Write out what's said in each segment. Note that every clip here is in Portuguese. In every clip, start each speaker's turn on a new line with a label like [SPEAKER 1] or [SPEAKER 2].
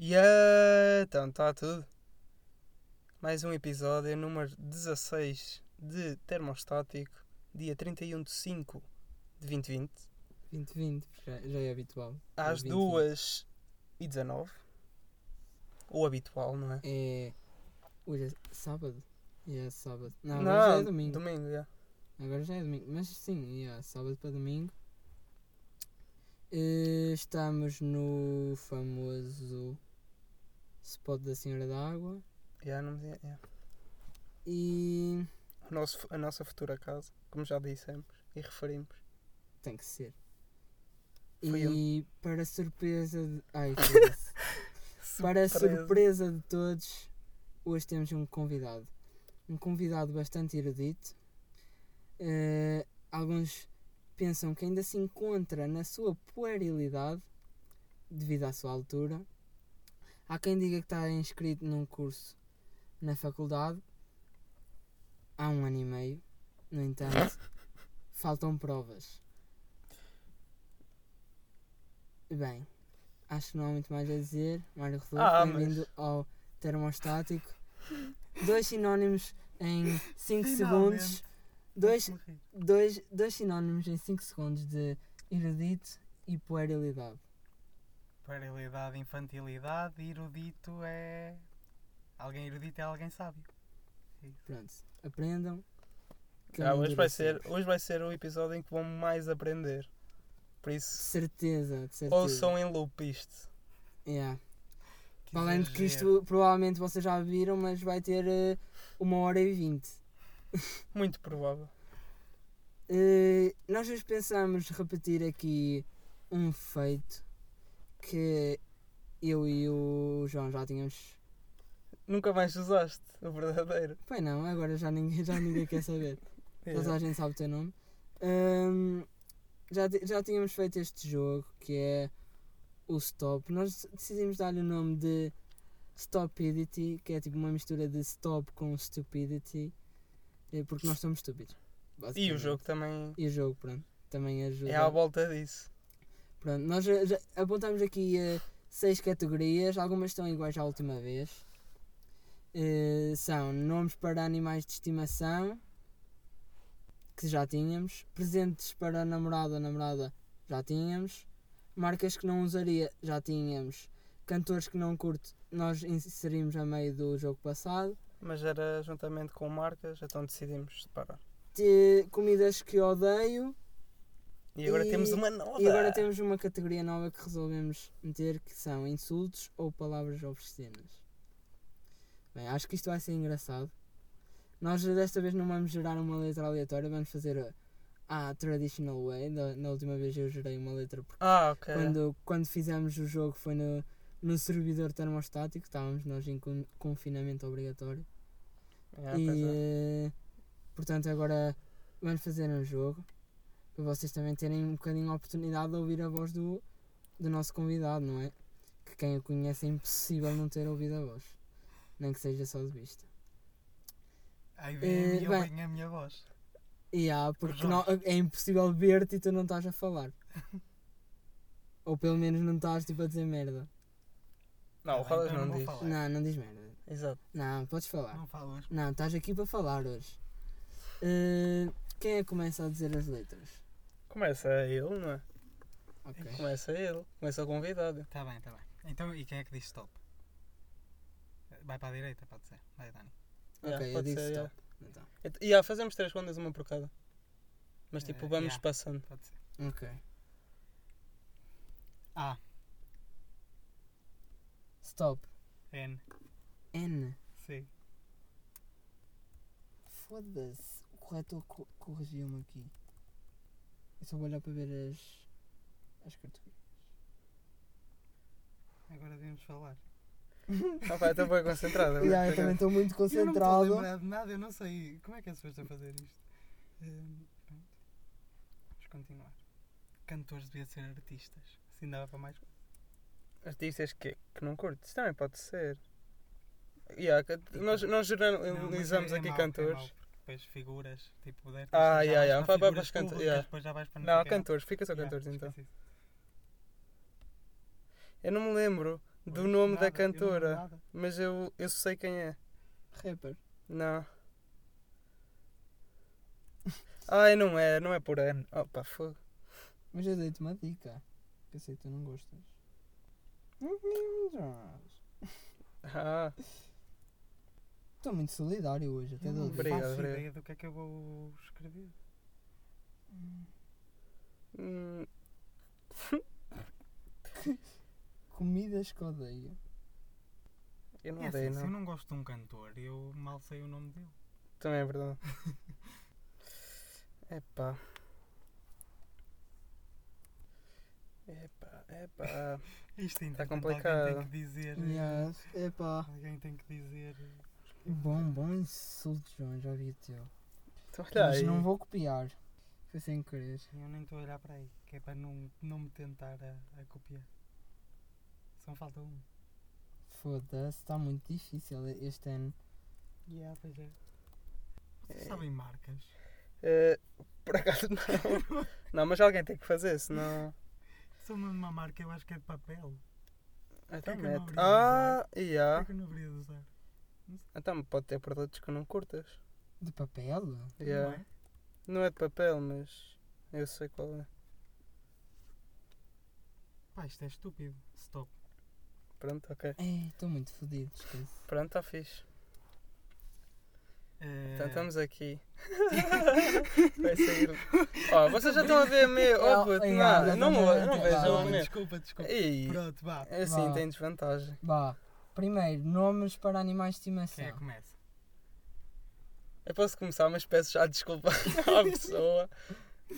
[SPEAKER 1] Yeah, então está tudo. Mais um episódio, número 16 de Termostático, dia 31 de 5 de 2020,
[SPEAKER 2] 2020, porque já, já é habitual.
[SPEAKER 1] às
[SPEAKER 2] 20.
[SPEAKER 1] 2 e 19 O habitual, não é?
[SPEAKER 2] É. Hoje é sábado? Yeah, sábado. Não,
[SPEAKER 1] Não,
[SPEAKER 2] agora já é domingo.
[SPEAKER 1] Domingo, yeah.
[SPEAKER 2] Agora já é domingo. Mas sim, yeah, sábado para domingo. Eh, estamos no famoso spot da Senhora da Água.
[SPEAKER 1] Yeah, não, yeah, yeah.
[SPEAKER 2] E.
[SPEAKER 1] O nosso, a nossa futura casa, como já dissemos e referimos.
[SPEAKER 2] Tem que ser.
[SPEAKER 1] Foi
[SPEAKER 2] e para surpresa de. Ai, foda-se. Para a surpresa de todos, hoje temos um convidado. Um convidado bastante erudito. Eh, alguns pensam que ainda se encontra na sua puerilidade, devido à sua altura. Há quem diga que está inscrito num curso na faculdade há um ano e meio. No entanto, faltam provas. Bem, acho que não há muito mais a dizer. Mário Rodolfo,
[SPEAKER 1] Ah, mas-
[SPEAKER 2] bem-vindo ao termostático. Dois sinónimos em 5
[SPEAKER 1] Finalmente.
[SPEAKER 2] segundos. Dois,
[SPEAKER 3] assim?
[SPEAKER 2] dois, dois sinónimos em 5 segundos de erudito e puerilidade.
[SPEAKER 3] Puerilidade, infantilidade, erudito é. Alguém erudito é alguém sábio.
[SPEAKER 2] Pronto, aprendam. que
[SPEAKER 1] Ah,
[SPEAKER 2] não
[SPEAKER 1] hoje,
[SPEAKER 2] dura
[SPEAKER 1] vai
[SPEAKER 2] sempre.
[SPEAKER 1] ser, hoje vai ser o episódio em que vão mais aprender. Por isso,
[SPEAKER 2] Certeza, de certeza.
[SPEAKER 1] ouçam em loop isto.
[SPEAKER 2] Yeah. Para além de que isto provavelmente vocês já viram, mas vai ter eh, uma hora e vinte.
[SPEAKER 1] Muito provável.
[SPEAKER 2] Eh, nós hoje pensamos repetir aqui um feito que eu e o João já tínhamos.
[SPEAKER 1] Nunca mais usaste o verdadeiro.
[SPEAKER 2] Bem, não, agora já ninguém, já ninguém quer saber.
[SPEAKER 1] É.
[SPEAKER 2] Já toda a gente sabe o teu nome. Ahm, já, ti- já tínhamos feito este jogo que é o Stop. Nós decidimos dar-lhe o nome de Stopidity, que é tipo uma mistura de Stop com Stupidity, eh, porque nós somos estúpidos.
[SPEAKER 1] E o
[SPEAKER 2] basicamente.
[SPEAKER 1] jogo também
[SPEAKER 2] E o jogo, pronto. Também ajuda.
[SPEAKER 1] é à volta disso.
[SPEAKER 2] Pronto, nós já- já apontamos aqui eh, seis categorias, algumas estão iguais à última vez. Eh, são nomes para animais de estimação, que já tínhamos, presentes para namorado ou namorada, já tínhamos, marcas que não usaria, já tínhamos, cantores que não curto, nós inserimos a meio do jogo passado,
[SPEAKER 1] Mas era juntamente com marcas, então decidimos separar.
[SPEAKER 2] Te- comidas que odeio,
[SPEAKER 1] E agora
[SPEAKER 2] E-
[SPEAKER 1] temos uma nova.
[SPEAKER 2] e agora temos uma categoria nova que resolvemos meter que são insultos ou palavras obscenas. Bem, acho que isto vai ser engraçado. Nós desta vez não vamos gerar uma letra aleatória, vamos fazer a, a traditional way. Da, na última vez eu gerei uma letra porque
[SPEAKER 1] Ah, ok.
[SPEAKER 2] quando, quando fizemos o jogo foi no, no servidor termostático, estávamos nós em con- confinamento obrigatório.
[SPEAKER 1] Yeah,
[SPEAKER 2] E,
[SPEAKER 1] pois é.
[SPEAKER 2] eh, portanto, agora vamos fazer um jogo para vocês também terem um bocadinho a oportunidade de ouvir a voz do, do nosso convidado, não é? Que quem o conhece é impossível não ter ouvido a voz, nem que seja só de vista.
[SPEAKER 3] Aí
[SPEAKER 2] eh,
[SPEAKER 3] vem a minha,
[SPEAKER 2] bem.
[SPEAKER 3] vem a minha voz.
[SPEAKER 2] E há, porque
[SPEAKER 3] Pois
[SPEAKER 2] não, é impossível ver-te e tu não estás a falar. Ou pelo menos não estás tipo a dizer merda.
[SPEAKER 1] Não, o
[SPEAKER 3] Tá bem,
[SPEAKER 1] Rodas
[SPEAKER 3] então
[SPEAKER 1] não
[SPEAKER 3] vou
[SPEAKER 1] diz.
[SPEAKER 3] falar.
[SPEAKER 2] Não, não diz merda.
[SPEAKER 1] Exato.
[SPEAKER 2] Não, podes falar.
[SPEAKER 3] Não falo hoje.
[SPEAKER 2] Não, estás aqui para falar hoje. Eh, quem é que começa a dizer as letras?
[SPEAKER 1] Começa ele, não é?
[SPEAKER 2] Ok.
[SPEAKER 1] Começa ele. Começa o convidado.
[SPEAKER 3] Tá bem, tá bem. Então, e quem é que diz stop? Vai para a direita, pode ser. Vai, Dani.
[SPEAKER 2] Ok,
[SPEAKER 1] Yeah,
[SPEAKER 2] eu
[SPEAKER 1] pode
[SPEAKER 2] digo
[SPEAKER 1] ser,
[SPEAKER 2] stop.
[SPEAKER 1] yeah.
[SPEAKER 2] Então,
[SPEAKER 1] Et- yeah, fazemos três rondas, uma por cada. Mas tipo,
[SPEAKER 3] Eh,
[SPEAKER 1] vamos
[SPEAKER 3] yeah.
[SPEAKER 1] passando.
[SPEAKER 3] Pode ser.
[SPEAKER 2] ok.
[SPEAKER 3] A,
[SPEAKER 2] Stop.
[SPEAKER 3] N,
[SPEAKER 2] N.
[SPEAKER 3] C.
[SPEAKER 2] Foda-se. O corretor co- corrigiu-me aqui. Eu só vou olhar para ver as. as cartugues.
[SPEAKER 3] Agora devemos falar.
[SPEAKER 1] Ah, pá, estou bem concentrado. agora.
[SPEAKER 2] Yeah, eu também estou muito
[SPEAKER 3] Eu não me estou a
[SPEAKER 2] concentrado.
[SPEAKER 3] lembrar de nada, eu não sei. Como é que é suposto eu fazer isto? Hum, pronto. Vamos continuar. Cantores deviam ser artistas. Assim dava para mais.
[SPEAKER 1] Artistas que, que não curto. Isso também pode ser. Yeah, que- nós, nós
[SPEAKER 3] Tipo, Não, mas
[SPEAKER 1] generalizamos
[SPEAKER 3] é- é
[SPEAKER 1] aqui
[SPEAKER 3] mau, é mau,
[SPEAKER 1] cantores.
[SPEAKER 3] porque depois figuras, tipo, de artistas,
[SPEAKER 1] Ah,
[SPEAKER 3] já
[SPEAKER 1] yeah, yeah,
[SPEAKER 3] vais para
[SPEAKER 1] vai- vai
[SPEAKER 3] figuras
[SPEAKER 1] para os canta-
[SPEAKER 3] públicas,
[SPEAKER 1] yeah.
[SPEAKER 3] depois já vais para
[SPEAKER 1] Não,
[SPEAKER 3] sei quem.
[SPEAKER 1] cantores. Fica só
[SPEAKER 3] Yeah,
[SPEAKER 1] cantores então.
[SPEAKER 3] esqueci isso.
[SPEAKER 1] Eu não me lembro do
[SPEAKER 3] Pois,
[SPEAKER 1] nome da
[SPEAKER 3] nada, eu não lembro
[SPEAKER 1] cantora,
[SPEAKER 3] nada.
[SPEAKER 1] mas eu, eu sei quem é.
[SPEAKER 2] Rapper.
[SPEAKER 1] Não. Ai, não é, não é por ano. Opa, fogo.
[SPEAKER 2] Mas eu dei-te uma dica. Pensei que tu não gostas.
[SPEAKER 1] Ah,
[SPEAKER 2] Estou muito solidário hoje, até
[SPEAKER 3] Eu não
[SPEAKER 2] dou
[SPEAKER 1] Obrigado,
[SPEAKER 3] faço
[SPEAKER 1] obrigado.
[SPEAKER 3] ideia do que é que eu vou escrever.
[SPEAKER 1] hum,
[SPEAKER 2] Comidas que odeio.
[SPEAKER 1] eu não
[SPEAKER 3] É assim,
[SPEAKER 1] dei,
[SPEAKER 3] se eu
[SPEAKER 1] não.
[SPEAKER 3] não gosto de um cantor, eu mal sei o nome dele.
[SPEAKER 1] Também é verdade. Epá. Epá, epá.
[SPEAKER 3] Isto é
[SPEAKER 1] Tá
[SPEAKER 3] entretanto, Alguém
[SPEAKER 1] complicado.
[SPEAKER 3] tem que dizer. eh,
[SPEAKER 2] Yes. Epá.
[SPEAKER 3] Alguém tem que dizer. eh,
[SPEAKER 2] Bom, bom insulto, João, já vi o teu.
[SPEAKER 1] Então, olha
[SPEAKER 2] Mas
[SPEAKER 1] aí.
[SPEAKER 2] não vou copiar. Foi sem querer.
[SPEAKER 3] Eu nem estou a olhar para aí, que é para não, não me tentar eh, a, a copiar. Só me falta um.
[SPEAKER 2] Foda-se, está muito difícil este ano.
[SPEAKER 3] Yeah, pois é. Vocês
[SPEAKER 1] É.
[SPEAKER 3] sabem marcas?
[SPEAKER 1] Eh, por acaso não. não, mas alguém tem que fazer, senão.
[SPEAKER 3] Sou uma, uma marca, eu acho que é de papel.
[SPEAKER 1] Então
[SPEAKER 3] que eu não
[SPEAKER 1] mete.
[SPEAKER 3] abri
[SPEAKER 1] Ah,
[SPEAKER 3] Por que é
[SPEAKER 1] yeah.
[SPEAKER 3] que eu não haveria de usar?
[SPEAKER 1] Então pode ter produtos que não curtas.
[SPEAKER 2] De papel?
[SPEAKER 1] Yeah.
[SPEAKER 3] Não é?
[SPEAKER 1] Não é de papel, mas eu sei qual é.
[SPEAKER 3] Pá, isto é estúpido. Stop.
[SPEAKER 1] Pronto, ok.
[SPEAKER 2] Ei, estou muito fodido, esquece.
[SPEAKER 1] Pronto, está fixe.
[SPEAKER 3] Eh,
[SPEAKER 1] Então estamos aqui. Vai sair. Oh, vocês já estão a ver meu. Oh, puto,
[SPEAKER 2] Ai,
[SPEAKER 1] não,
[SPEAKER 2] nada,
[SPEAKER 1] não,
[SPEAKER 3] é,
[SPEAKER 2] nada,
[SPEAKER 1] não
[SPEAKER 2] nada.
[SPEAKER 1] vejam o
[SPEAKER 3] desculpa,
[SPEAKER 1] meu.
[SPEAKER 3] oh, desculpa, desculpa.
[SPEAKER 1] Ei,
[SPEAKER 3] Pronto, vá.
[SPEAKER 1] assim
[SPEAKER 2] Vá.
[SPEAKER 1] tem desvantagem.
[SPEAKER 2] Vá. Primeiro, nomes para animais de estimação.
[SPEAKER 3] Quem é que começa?
[SPEAKER 1] Eu posso começar, mas peço já desculpa à pessoa.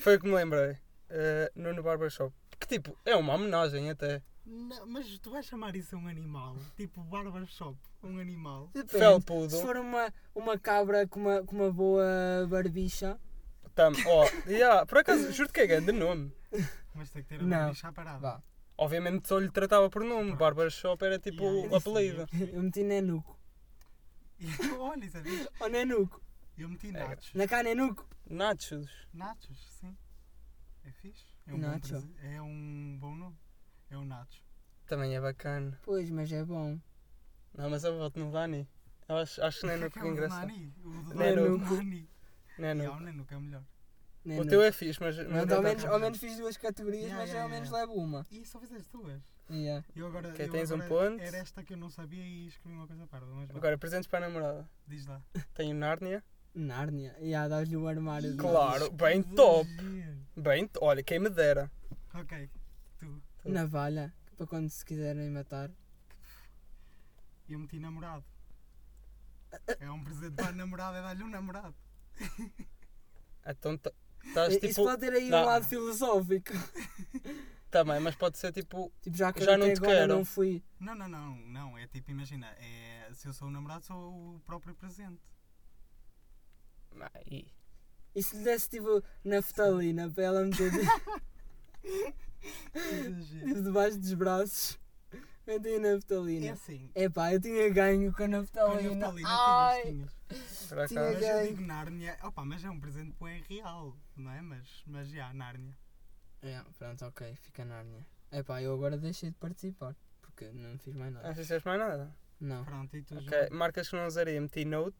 [SPEAKER 1] Foi o que me lembrei. Eh, Nuno Barbershop. Que tipo, é uma homenagem até.
[SPEAKER 3] Não, mas tu vais chamar isso a um animal? Tipo Barber Shop, um animal?
[SPEAKER 2] Depende.
[SPEAKER 1] Felpudo.
[SPEAKER 2] Se for uma, uma cabra com uma, com uma boa barbicha,
[SPEAKER 1] Tam, oh, yeah, por acaso, juro que é grande nome.
[SPEAKER 3] Mas tem que ter
[SPEAKER 2] Não.
[SPEAKER 3] uma bicha à parada.
[SPEAKER 2] vá.
[SPEAKER 1] Obviamente só lhe tratava por nome.
[SPEAKER 3] Pronto.
[SPEAKER 1] Barbershop era tipo
[SPEAKER 3] Yeah,
[SPEAKER 1] o
[SPEAKER 3] eu sei, eu
[SPEAKER 1] apelido.
[SPEAKER 3] percebi.
[SPEAKER 2] Eu meti Nenuco.
[SPEAKER 3] é E- Olha, sabias?
[SPEAKER 2] Oh, Nenuco.
[SPEAKER 3] Eu
[SPEAKER 2] É.
[SPEAKER 3] meti nachos.
[SPEAKER 2] Na cá, Nenuco.
[SPEAKER 1] Nachos.
[SPEAKER 3] Nachos, sim. É fixe. É um, bom,
[SPEAKER 2] Nacho.
[SPEAKER 3] presen- é um bom nome. É um Nacho.
[SPEAKER 1] Também é bacana.
[SPEAKER 2] Pois, mas é bom.
[SPEAKER 1] Não, mas eu voto no Dani. Eu acho, acho que nem no que
[SPEAKER 3] é o do
[SPEAKER 1] engraçado.
[SPEAKER 3] Nani. O do
[SPEAKER 1] Não é
[SPEAKER 3] Dani.
[SPEAKER 1] nuco.
[SPEAKER 3] O Nani.
[SPEAKER 1] Não é
[SPEAKER 3] É,
[SPEAKER 1] no-
[SPEAKER 3] o Nani que é melhor.
[SPEAKER 1] O
[SPEAKER 2] Nenuco.
[SPEAKER 1] teu é fixe, mas. mas
[SPEAKER 2] Mas
[SPEAKER 1] não
[SPEAKER 2] ao
[SPEAKER 1] tá
[SPEAKER 2] menos,
[SPEAKER 1] cá.
[SPEAKER 2] ao menos fiz duas categorias,
[SPEAKER 3] Yeah,
[SPEAKER 2] mas
[SPEAKER 3] yeah,
[SPEAKER 2] ao menos
[SPEAKER 3] yeah.
[SPEAKER 2] levo uma.
[SPEAKER 3] E só fizeste duas.
[SPEAKER 2] Yeah.
[SPEAKER 3] Eu agora.
[SPEAKER 1] Ok,
[SPEAKER 3] eu
[SPEAKER 1] tens um
[SPEAKER 3] agora-
[SPEAKER 1] ponto.
[SPEAKER 3] Era esta que eu não sabia e escrevi uma coisa parva. Mas vá,
[SPEAKER 1] Agora, presentes para a namorada.
[SPEAKER 3] diz lá.
[SPEAKER 1] Tenho Nárnia.
[SPEAKER 2] Nárnia. Yeah, dás-lhe o armário. de
[SPEAKER 1] Claro, bem
[SPEAKER 3] Que
[SPEAKER 1] top.
[SPEAKER 3] exagero.
[SPEAKER 1] Bem, olha, quem me dera.
[SPEAKER 3] Ok, tu.
[SPEAKER 2] Nárnia. Navalha. Para quando se quiserem matar.
[SPEAKER 3] Eu meti namorado. É um presente para a namorada, é dar-lhe um namorado.
[SPEAKER 1] Então t- estás
[SPEAKER 2] Eh, Isso
[SPEAKER 1] tipo.
[SPEAKER 2] pode ter aí
[SPEAKER 1] Não.
[SPEAKER 2] um lado filosófico.
[SPEAKER 1] Também, mas pode ser tipo.
[SPEAKER 2] Tipo, já que
[SPEAKER 1] Já
[SPEAKER 2] eu
[SPEAKER 1] não
[SPEAKER 2] até
[SPEAKER 1] te
[SPEAKER 2] agora
[SPEAKER 1] quero.
[SPEAKER 2] não fui.
[SPEAKER 3] Não, não, não, não. É tipo, imagina, é, se eu sou o namorado, sou o próprio presente.
[SPEAKER 1] Ai,
[SPEAKER 2] E se lhe desse tipo naftalina para ela meter
[SPEAKER 3] Exagero.
[SPEAKER 2] tipo debaixo dos braços? Metem a
[SPEAKER 3] É
[SPEAKER 2] naftalina.
[SPEAKER 3] assim.
[SPEAKER 2] Epá, eu tinha ganho com a
[SPEAKER 3] Olha,
[SPEAKER 2] naftalina.
[SPEAKER 3] eu falei, não
[SPEAKER 2] Ai!
[SPEAKER 3] tinhas, tinhas.
[SPEAKER 1] por acaso.
[SPEAKER 2] Tinha
[SPEAKER 3] Mas eu
[SPEAKER 2] ganho.
[SPEAKER 3] digo Nárnia. Opa, mas é um presente bem real, não é? Mas, mas já, Nárnia.
[SPEAKER 2] É, pronto, ok, fica na Nárnia. Epá, eu agora deixei de participar, porque não fiz mais
[SPEAKER 1] Não
[SPEAKER 2] nada.
[SPEAKER 1] fizeste mais nada.
[SPEAKER 2] Não.
[SPEAKER 3] Pronto, e tu
[SPEAKER 1] Ok,
[SPEAKER 3] João?
[SPEAKER 1] marcas que não usaria. Meti Note,